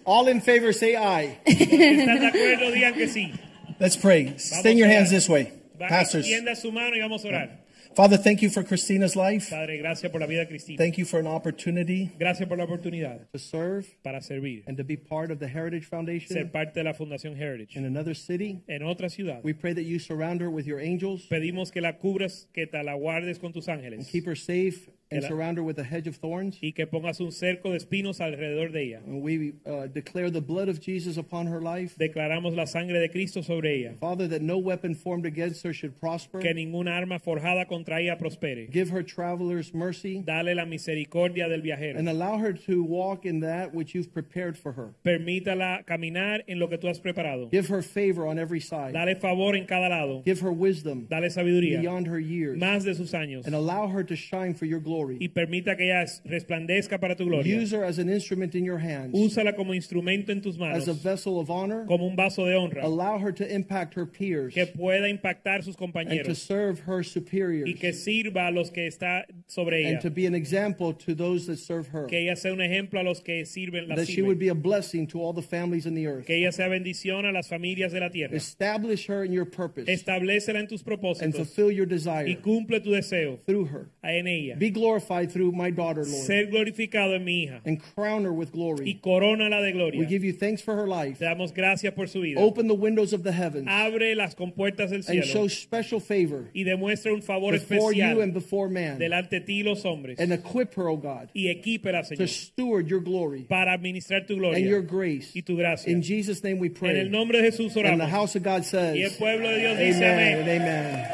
all in favor say aye
¿Están de acuerdo? Digan que sí.
let's pray stand your hands this way
Va,
pastors
Extienda su mano y vamos a orar.
father thank you for christina's life
Padre, gracias por la vida de Cristina.
thank you for an opportunity
Gracias por la oportunidad
to serve
para servir,
and to be part of the heritage
ser
foundation
parte de la Fundación Heritage.
in another city
En otra ciudad,
we pray that you surround her with your angels
pedimos que la cubras, que te la guardes con tus ángeles
keep her safe and
Ela-
surround her with a hedge of thorns
y que pongas un cerco de espinos alrededor de ella.
and we uh, declare the blood of jesus upon her life
Declaramos la sangre de Cristo sobre ella.
father that no weapon formed against her should prosper
Que ninguna arma forjada contra ella prospere.
give her travelers mercy
Dale la misericordia del viajero.
and allow her to walk in that which you've prepared for her.
Permítala caminar en lo que tú has preparado.
Give her favor on every side.
Dale favor en cada lado.
Give her wisdom
Dale sabiduría.
beyond her years
Más de sus años.
and allow her to shine for your
Y
glory.
permita que ella resplandezca para tu gloria.
Use her as an instrument in your hands,
Úsala como instrumento en tus manos.
as a vessel of honor.
Como un vaso de honra.
Allow her to impact her peers
Que pueda impactar sus
and to
compañeros.
serve her
Y
superiors
que sirva a los que está sobre ella.
and to be an example to those that serve her.
Que ella sea un ejemplo a los que sirven la
That she would be a blessing to all the families in the earth.
Que ella sea bendición a las familias de la tierra.
Establish her in your purpose
Establecela en tus
and
propósitos
fulfill your
y
desire
cumple tu deseo
through her.
en ella.
Be glorified through my daughter, Lord.
Ser glorificado en mi hija
and crown her with
y
glory.
corónala
We
de gloria.
give you thanks for her life.
Te damos gracias por su vida.
Open the windows of the heavens
Abre las compuertas del
and show
Ah, cielo
special favor
y demuestra un favor
before you and
especial
before man.
delante de ti y los hombres
And equip her, O God,
y equípela,
to
Señor,
steward your glory
para administrar tu
and your
gloria
grace.
y tu gracia.
In Jesus' name we
En el
pray.
nombre de Jesús
And the
oramos.
house of God
Y el
says,
pueblo de Dios dice
Amen and
amén.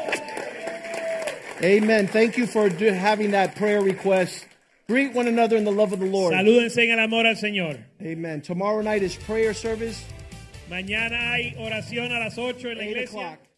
amen. Amen. Thank you for do- having that prayer request. Greet one another in the love of the Lord.
Salúdense en el amor al Señor.
Amen. Tomorrow night is prayer service,
Mañana hay oración a las 8 en la
8
iglesia.
o'clock.